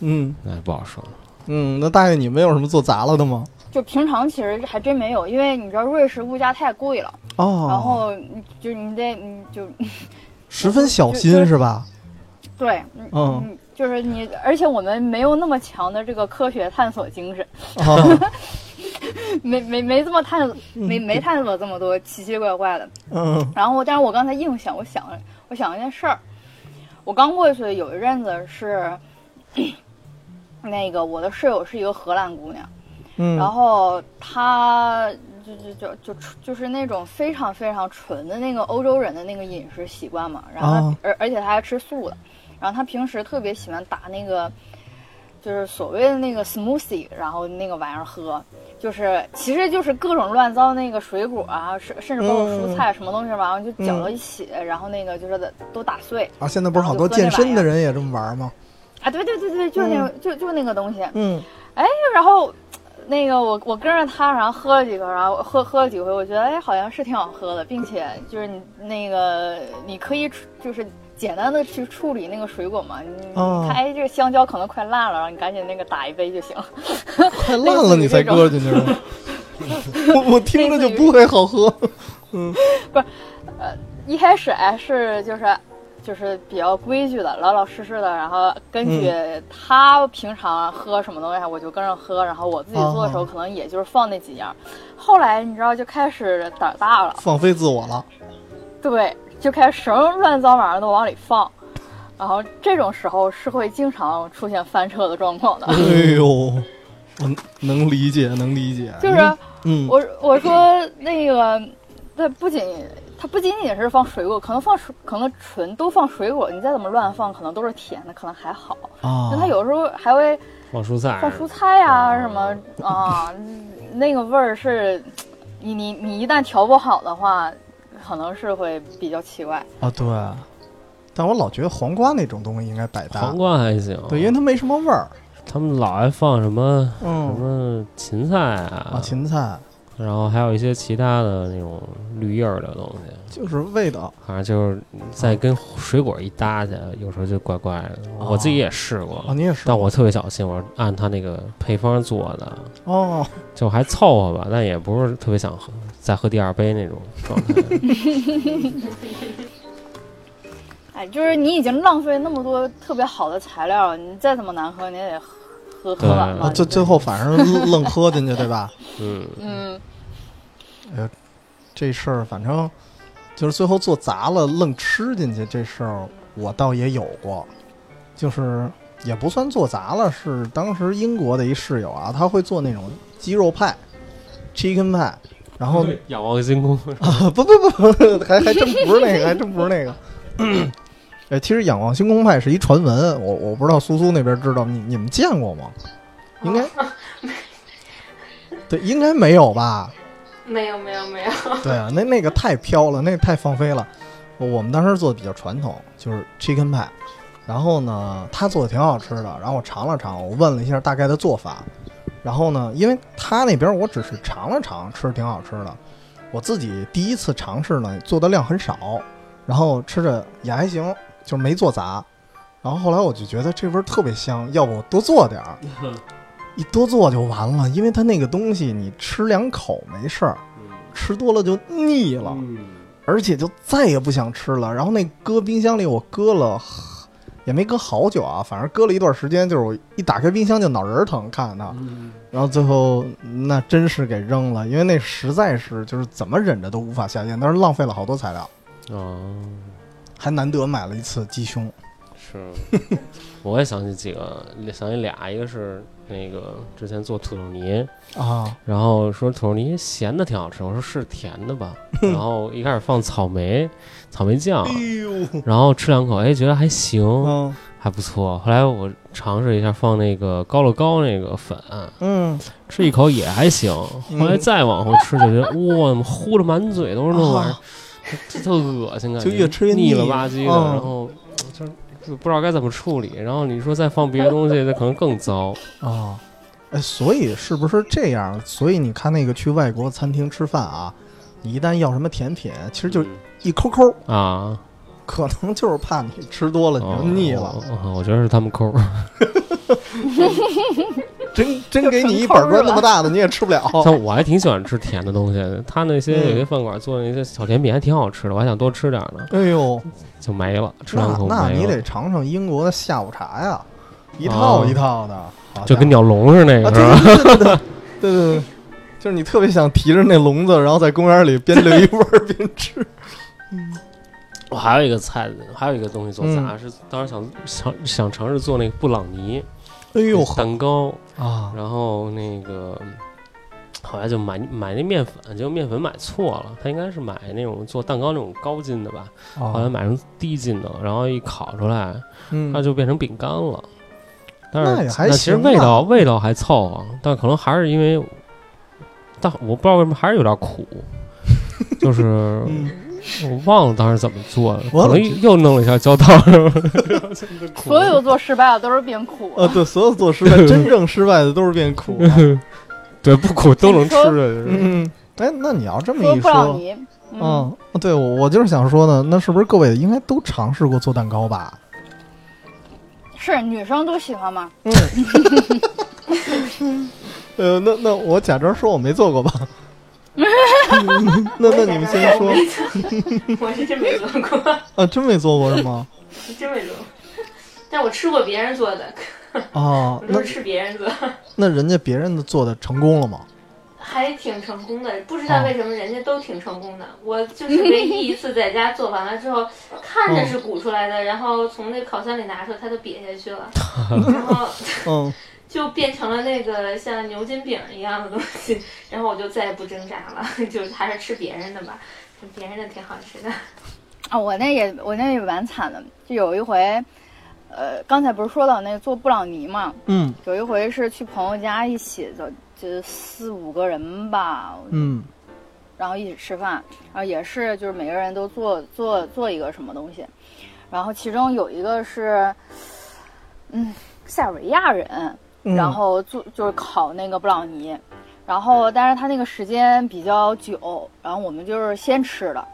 Speaker 1: 嗯
Speaker 2: 那不好说。
Speaker 1: 嗯，那大爷你们有什么做砸了的吗？
Speaker 3: 就平常其实还真没有，因为你知道瑞士物价太贵了，
Speaker 1: 哦，
Speaker 3: 然后你就你得你就
Speaker 1: 十分小
Speaker 3: 就
Speaker 1: 心
Speaker 3: 就是
Speaker 1: 吧？
Speaker 3: 对，
Speaker 1: 嗯，
Speaker 3: 就是你，而且我们没有那么强的这个科学探索精神，
Speaker 1: 哦，
Speaker 3: 没没没这么探没
Speaker 1: 嗯
Speaker 3: 没探索这么多奇奇怪怪的。
Speaker 1: 嗯
Speaker 3: 然后，但是我刚才硬想，我想了，我想了一件事儿，我刚过去有一阵子是， 那个我的室友是一个荷兰姑娘，
Speaker 1: 嗯，
Speaker 3: 然后她就就就就出就是那种非常非常纯的那个欧洲人的那个饮食习惯嘛，然后她、
Speaker 1: 哦
Speaker 3: 而而且她还吃素的，然后她平时特别喜欢打那个。就是所谓的那个 smoothie，然后那个玩意儿喝，就是其实就是各种乱糟那个水果啊，甚甚至包括蔬菜什么东西嘛，然后就搅到一起，然后那个就是都打碎
Speaker 1: 啊，现在不是好多健身的人也这么玩吗？
Speaker 3: 啊，对对对对，就是那个、就就那个东西，
Speaker 1: 嗯
Speaker 3: 然后那个我我跟着他，然后喝了几口，然后喝喝了几回，我觉得哎好像是挺好喝的，并且就是你那个你可以处就是简单的去处理那个水果嘛，你
Speaker 1: 哦
Speaker 3: 你看哎这个香蕉可能快烂了，然后你赶紧那个打一杯就行了。
Speaker 1: 快烂了你才搁进去是吧？我我听着就不会好喝。
Speaker 3: 一开始哎是就是。就是比较规矩的，老老实实的，然后根据他平常喝什么东西，我就跟着喝，然后我自己做的时候，
Speaker 1: 哦
Speaker 3: 可能也就是放那几样。后来你知道就开始胆儿大了，
Speaker 1: 放飞自我了。
Speaker 3: 对，就开始什么乱糟玩意儿都往里放，然后这种时候是会经常出现翻车的状况的。
Speaker 1: 哎呦，我能理解，能理解。
Speaker 3: 就是
Speaker 1: 嗯，
Speaker 3: 我我说那个，它不仅它不仅仅是放水果，可能放水可能纯都放水果，你再怎么乱放，可能都是甜的，可能还好。
Speaker 1: 啊
Speaker 3: 但它有时候还会
Speaker 2: 放蔬菜，
Speaker 3: 放蔬菜呀、什么啊啊，那个味儿是，你你你一旦调不好的话，可能是会比较奇怪。
Speaker 1: 啊，对。但我老觉得黄瓜那种东西应该百搭
Speaker 2: 黄，瓜还行，
Speaker 1: 啊对，因为它没什么味儿。
Speaker 2: 他们老爱放什么什
Speaker 1: 嗯，
Speaker 2: 么芹菜啊
Speaker 1: 啊，，芹菜
Speaker 2: 然后还有一些其他的那种绿叶儿的东西，
Speaker 1: 就是味道。
Speaker 2: 反正就是再跟水果一搭起来，有时候就怪怪的。
Speaker 1: 哦
Speaker 2: 我自己也试过，
Speaker 1: 哦，你也是
Speaker 2: 但我特别小心，我是按他那个配方做的，
Speaker 1: 哦，
Speaker 2: 就还凑合吧，但也不是特别想喝再喝第二杯那种 状态。
Speaker 3: 哎，就是你已经浪费那么多特别好的材料，你再怎么难喝，你也得喝喝完
Speaker 2: 对
Speaker 3: 了。
Speaker 1: 啊最最后反正愣愣喝进去，对吧？
Speaker 2: 嗯，
Speaker 3: 嗯，
Speaker 1: 这事儿反正就是最后做砸了，愣吃进去这事儿，我倒也有过，就是也不算做砸了，是当时英国的一室友啊，他会做那种鸡肉派，chicken 派，然后
Speaker 2: 仰望星空，
Speaker 1: 啊， 不不不不，还还真不是那个，还真不是那个。 呃，其实仰望星空派是一传闻，我我不知道苏苏那边知道你你们见过吗？应该，对，应该没有吧？
Speaker 4: 没有没有没有，
Speaker 1: 对啊，那那个太飘了，那个太放飞了。我我们当时做的比较传统，就是 chicken pie，然后呢，他做的挺好吃的，然后我尝了尝，我问了一下大概的做法，然后呢，因为他那边我只是尝了尝，吃的挺好吃的，我自己第一次尝试呢，做的量很少，然后吃着也还行，就是没做砸，然后后来我就觉得这味儿特别香，要不我多做点儿，一多做就完了，因为它那个东西你吃两口没事儿，吃多了就腻了，而且就再也不想吃了。然后那搁冰箱里，我搁了也没搁好久啊，反正搁了一段时间，就是我一打开冰箱就脑仁儿疼，看着它，然后最后那真是给扔了，因为那实在是就是怎么忍着都无法下咽，但是浪费了好多材料，
Speaker 2: 哦，
Speaker 1: 还难得买了一次鸡胸，
Speaker 2: 是， 我也想起几个，想起俩，一个是那个之前做土豆泥，
Speaker 1: 啊，
Speaker 2: 然后说土豆泥咸的挺好吃，我说是甜的 吧，然后一开始放草莓，草莓 酱，
Speaker 1: 哎呦，
Speaker 2: 然后吃两口，哎，觉得还行，
Speaker 1: 嗯
Speaker 2: 还不错。后来我尝试一下放那个高乐高那个粉，
Speaker 1: 嗯，
Speaker 2: 吃一口也还行。后来再往后吃，就觉得哇，怎么糊着满嘴都是那玩意儿
Speaker 1: 啊，
Speaker 2: 特特恶心，感觉
Speaker 1: 就越吃越腻
Speaker 2: 腻了吧唧的，
Speaker 1: 嗯
Speaker 2: 然后就是不知道该怎么处理。然后你说再放别的 东西，那可能更糟。
Speaker 1: 啊，哎，所以是不是这样？所以你看那个去外国餐厅吃饭啊，你一旦要什么甜品，其实就一抠抠，
Speaker 2: 啊，
Speaker 1: 可能就是怕你吃多了你就腻了，
Speaker 2: 哦哦哦我觉得是他们抠儿，
Speaker 1: 真真给你一板砖那么大的你也吃不了。
Speaker 2: 像我还挺喜欢吃甜的东西的。他那些
Speaker 1: 哦嗯
Speaker 2: 有些饭馆做那些小甜品还挺好吃的，我还想多吃点儿呢，
Speaker 1: 哎呦，
Speaker 2: 就没了，吃两
Speaker 1: 那
Speaker 2: 口
Speaker 1: 那
Speaker 2: 没
Speaker 1: 你
Speaker 2: 了
Speaker 1: 得。尝尝英国的下午茶呀，一套一套的，好
Speaker 2: 就跟
Speaker 1: 家
Speaker 2: 鸟笼似的那
Speaker 1: 伙啊，
Speaker 2: 个是吧？
Speaker 1: 对对对对对对对对，就是你特别想提着那笼子，然后在公园里边遛一弯儿边吃。
Speaker 2: 我还有一个菜，还有一个东西做杂、
Speaker 1: 嗯
Speaker 2: 是当时想想想尝试做那个布朗尼，
Speaker 1: 哎呦
Speaker 2: 蛋糕，
Speaker 1: 啊，
Speaker 2: 然后那个后来就买买那面粉，结果面粉买错了，他应该是买那种做蛋糕那种高筋的吧，后来
Speaker 1: 啊
Speaker 2: 买成低筋的，然后一烤出来，
Speaker 1: 嗯
Speaker 2: 它就变成饼干了。但
Speaker 1: 那也
Speaker 2: 是
Speaker 1: 还
Speaker 2: 那其实
Speaker 1: 行
Speaker 2: 味
Speaker 1: 吧
Speaker 2: 道味道还凑合，但可能还是因为，但我不知道为什么还是有点苦， 就是
Speaker 1: 嗯
Speaker 2: 我忘了当时怎么做的，
Speaker 1: 我
Speaker 2: 可能
Speaker 1: 怎么
Speaker 2: 又弄了一下焦糖， 是吧？
Speaker 3: 所有做失败的都是变苦。
Speaker 1: 呃，对，所有做失败，真正失败的都是变苦。
Speaker 2: 对，不苦都能吃
Speaker 3: 你说
Speaker 2: 的就是。
Speaker 1: 嗯，哎，那你要这么
Speaker 3: 除了
Speaker 1: 一
Speaker 3: 布朗
Speaker 1: 说，
Speaker 3: 尼，嗯，
Speaker 1: 嗯，对，我我就是想说呢，那是不是各位应该都尝试过做蛋糕吧？
Speaker 3: 是女生都喜欢吗？
Speaker 1: 呃，那那我假装说我没做过吧。那那你们先说
Speaker 4: 我是真没做过，
Speaker 1: 啊，真没做过是吗？
Speaker 4: 真没做过。但我吃过别人做的，
Speaker 1: 啊，
Speaker 4: 我
Speaker 1: 那
Speaker 4: 都是吃别人做，
Speaker 1: 那人家别人的做的成功了吗？
Speaker 4: 还挺成功的。不知道为什么人家都挺成功的，我就是唯一一次在家做完了之后，看着是鼓出来的，然后从那烤箱里拿出来，它都瘪下去了，然后
Speaker 1: 嗯，
Speaker 4: 就变成了那个像牛筋饼一样的东西。然后我就再也不挣扎了， 就还是吃别人的吧，别人的挺好吃的。
Speaker 3: 啊，我那也我那也蛮惨的，就有一回，呃，刚才不是说到那个做布朗尼嘛，
Speaker 1: 嗯
Speaker 3: 有一回是去朋友家一起的，就四五个人吧，
Speaker 1: 嗯
Speaker 3: 然后一起吃饭，然后也是就是每个人都做做做一个什么东西，然后其中有一个是，嗯，塞尔维亚人，
Speaker 1: 嗯
Speaker 3: 然后做就是烤那个布朗尼，然后但是他那个时间比较久，然后我们就是先吃的，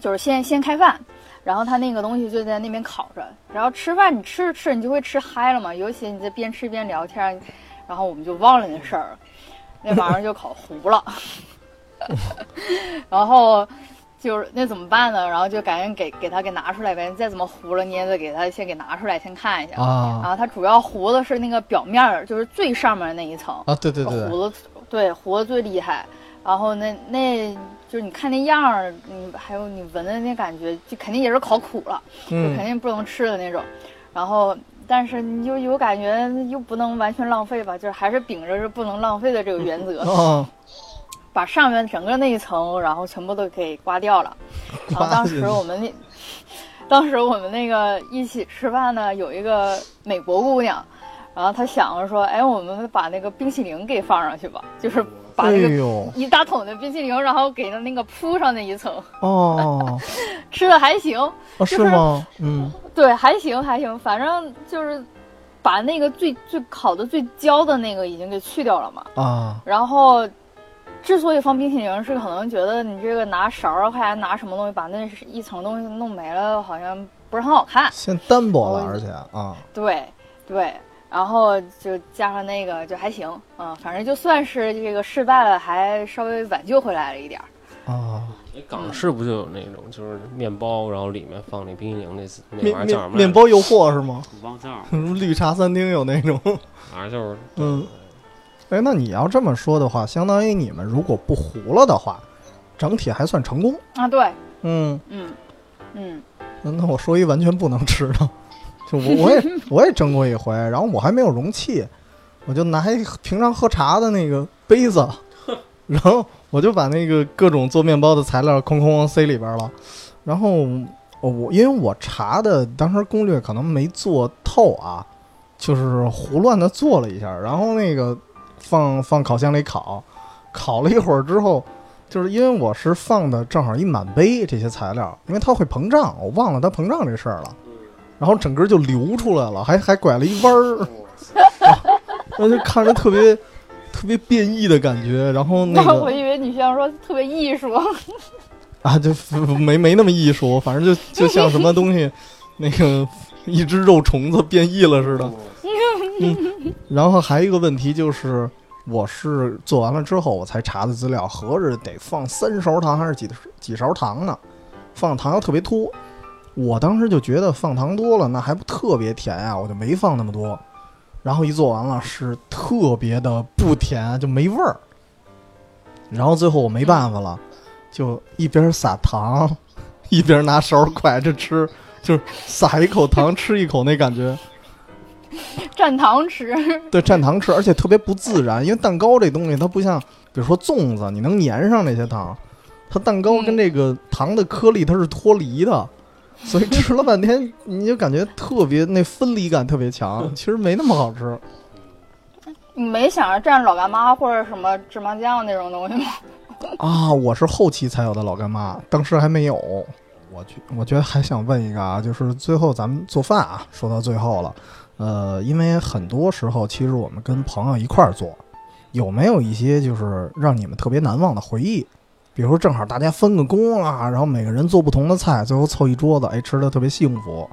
Speaker 3: 就是先先开饭，然后他那个东西就在那边烤着，然后吃饭你吃着吃着你就会吃嗨了嘛，尤其你在边吃边聊天，然后我们就忘了那事儿了，那玩意儿就烤糊了， 然后。就是那怎么办呢？然后就赶紧给给他给拿出来呗，再怎么糊了你也得给他先给拿出来先看一下。然
Speaker 1: 啊
Speaker 3: 后它主要糊的是那个表面儿，就是最上面的那一层，
Speaker 1: 啊，对对对，对
Speaker 3: 糊的对糊的最厉害。然后那那就是你看那样儿，你还有你闻的那感觉，就肯定也是烤苦了，就肯
Speaker 1: 嗯
Speaker 3: 定不能吃的那种。然后但是你就有感觉又不能完全浪费吧，就是还是秉着是不能浪费的这个原则，
Speaker 1: 哦，
Speaker 3: 把上面整个那一层，然后全部都给刮掉了。然后当时我们那，当时我们那个一起吃饭呢，有一个美国姑娘，然后她想着说，哎，我们把那个冰淇淋给放上去吧，就是把
Speaker 1: 哎
Speaker 3: 那个
Speaker 1: 呦
Speaker 3: 一大桶的冰淇淋，然后给它那个铺上那一层，
Speaker 1: 哦，
Speaker 3: 吃的还行，
Speaker 1: 哦是
Speaker 3: 就是
Speaker 1: 吗？嗯
Speaker 3: 对，还行还行，反正就是把那个最最烤的最焦的那个已经给去掉了嘛，
Speaker 1: 啊
Speaker 3: 然后，之所以放冰淇淋，是可能觉得你这个拿勺儿还拿什么东西把那一层东西弄没了，好像不是很好看。
Speaker 1: 现在单薄了，
Speaker 3: 我
Speaker 1: 而且啊，
Speaker 3: 对，对，然后就加上那个就还行，嗯，反正就算是这个失败了，还稍微挽救回来了一点儿。
Speaker 1: 啊，
Speaker 2: 哎港
Speaker 5: 港
Speaker 2: 式不就有那种就是面包，然后里面放那冰淇淋那那
Speaker 1: 面
Speaker 2: 玩意儿叫什
Speaker 1: 面
Speaker 2: 么？
Speaker 1: 面，包诱惑是吗？
Speaker 5: 忘字儿，
Speaker 1: 什么绿茶餐厅有那种？
Speaker 2: 反正就是
Speaker 1: 嗯，哎，那你要这么说的话，相当于你们如果不糊了的话，整体还算成功。
Speaker 3: 啊，对，
Speaker 1: 嗯，
Speaker 3: 嗯，嗯，
Speaker 1: 那那我说一完全不能吃的，就我我也我也蒸过一回，然后我还没有容器，我就拿一平常喝茶的那个杯子，然后我就把那个各种做面包的材料哐哐哐塞里边了，然后我我因为我查的当时攻略可能没做透啊，就是胡乱的做了一下，然后那个放放烤箱里烤，烤了一会儿之后，就是因为我是放的正好一满杯这些材料，因为它会膨胀，我忘了它膨胀这事儿了，然后整个就流出来了，还还拐了一弯儿，然后就看着特别特别变异的感觉，然后那
Speaker 3: 那
Speaker 1: 个
Speaker 3: 我以为你想说特别艺术，
Speaker 1: 啊，就没没那么艺术，反正就就像什么东西，那个一只肉虫子变异了似的。嗯，然后还有一个问题就是，我是做完了之后我才查的资料，合着得放三勺糖还是几几勺糖呢？放糖要特别多，我当时就觉得放糖多了那还不特别甜啊，我就没放那么多。然后一做完了是特别的不甜，就没味儿。然后最后我没办法了，就一边撒糖， 一边拿勺蒯着吃，就是撒一口糖吃一口那感觉，
Speaker 3: 蘸糖吃，
Speaker 1: 对，蘸糖吃，而且特别不自然，因为蛋糕这东西它不像，比如说粽子，你能粘上那些糖，它蛋糕跟这个糖的颗粒它是脱离的，所以吃了半天你就感觉特别那分离感特别强，其实没那么好吃。
Speaker 3: 你没想着蘸老干妈或者什么芝麻酱那种东西吗？
Speaker 1: 啊，我是后期才有的老干妈，当时还没有。我觉我觉得还想问一个啊，就是最后咱们做饭啊，说到最后了，呃，因为很多时候其实我们跟朋友一块儿做，有没有一些就是让你们特别难忘的回忆？比如说正好大家分个工啊，然后每个人做不同的菜，最后凑一桌子，哎，吃的特别幸福。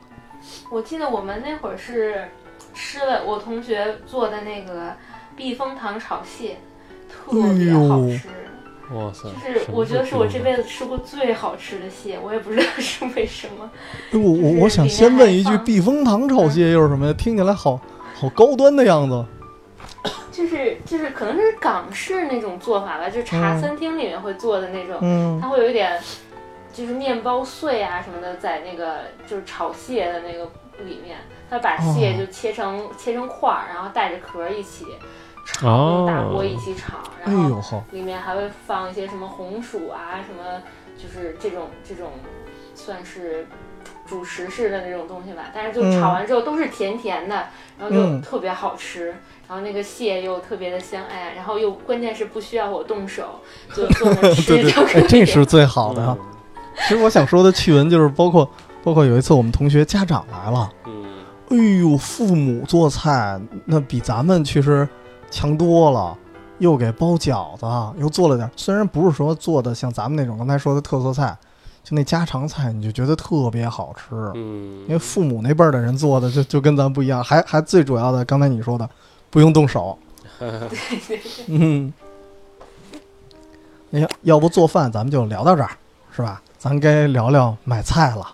Speaker 4: 我记得我们那会儿是吃了我同学做的那个避风塘炒蟹，特别好吃。
Speaker 2: 哇
Speaker 1: 嗯
Speaker 2: 塞，
Speaker 4: 就是我觉得是我这辈子吃过最好吃的蟹，我也不知道 是为什么。
Speaker 1: 哎我我我想先问一句，避风塘炒蟹又是什么呀？听起来好好高端的样子。
Speaker 4: 就是就是可能是港式那种做法吧，就是茶
Speaker 1: 嗯
Speaker 4: 餐厅里面会做的那种，
Speaker 1: 嗯
Speaker 4: 它会有一点就是面包碎啊什么的在那个就是炒蟹的那个里面，它把蟹
Speaker 1: 哦
Speaker 4: 就切成、切成块儿，然后带着壳儿一起炒，
Speaker 2: 哦
Speaker 4: 用大锅一起炒，
Speaker 1: 哎
Speaker 4: 然后
Speaker 1: 呦呵，
Speaker 4: 里面还会放一些什么红薯啊什么，就是这种这种算是主食式的那种东西吧，但是就
Speaker 1: 嗯
Speaker 4: 炒完之后都是甜甜的，然后就
Speaker 1: 嗯
Speaker 4: 特别好吃，然后那个蟹又特别的香爱，然后又关键是不需要我动手，就坐 那儿吃
Speaker 1: 对
Speaker 4: 就
Speaker 1: 对，
Speaker 4: 可
Speaker 1: 哎
Speaker 4: 以了。，
Speaker 1: 这是最好的。啊其实我想说的趣闻就是包括包括有一次我们同学家长来了，
Speaker 5: 嗯，
Speaker 1: 哎呦，父母做菜那比咱们其实强多了，又给包饺子，又做了点，虽然不是说做的像咱们那种刚才说的特色菜，就那家常菜，你就觉得特别好吃。
Speaker 5: 嗯
Speaker 1: 因为父母那辈儿的人做的就就跟咱不一样，还还最主要的，刚才你说的，不用动手。嗯，那要要不做饭咱们就聊到这儿，是吧？咱该聊聊买菜了。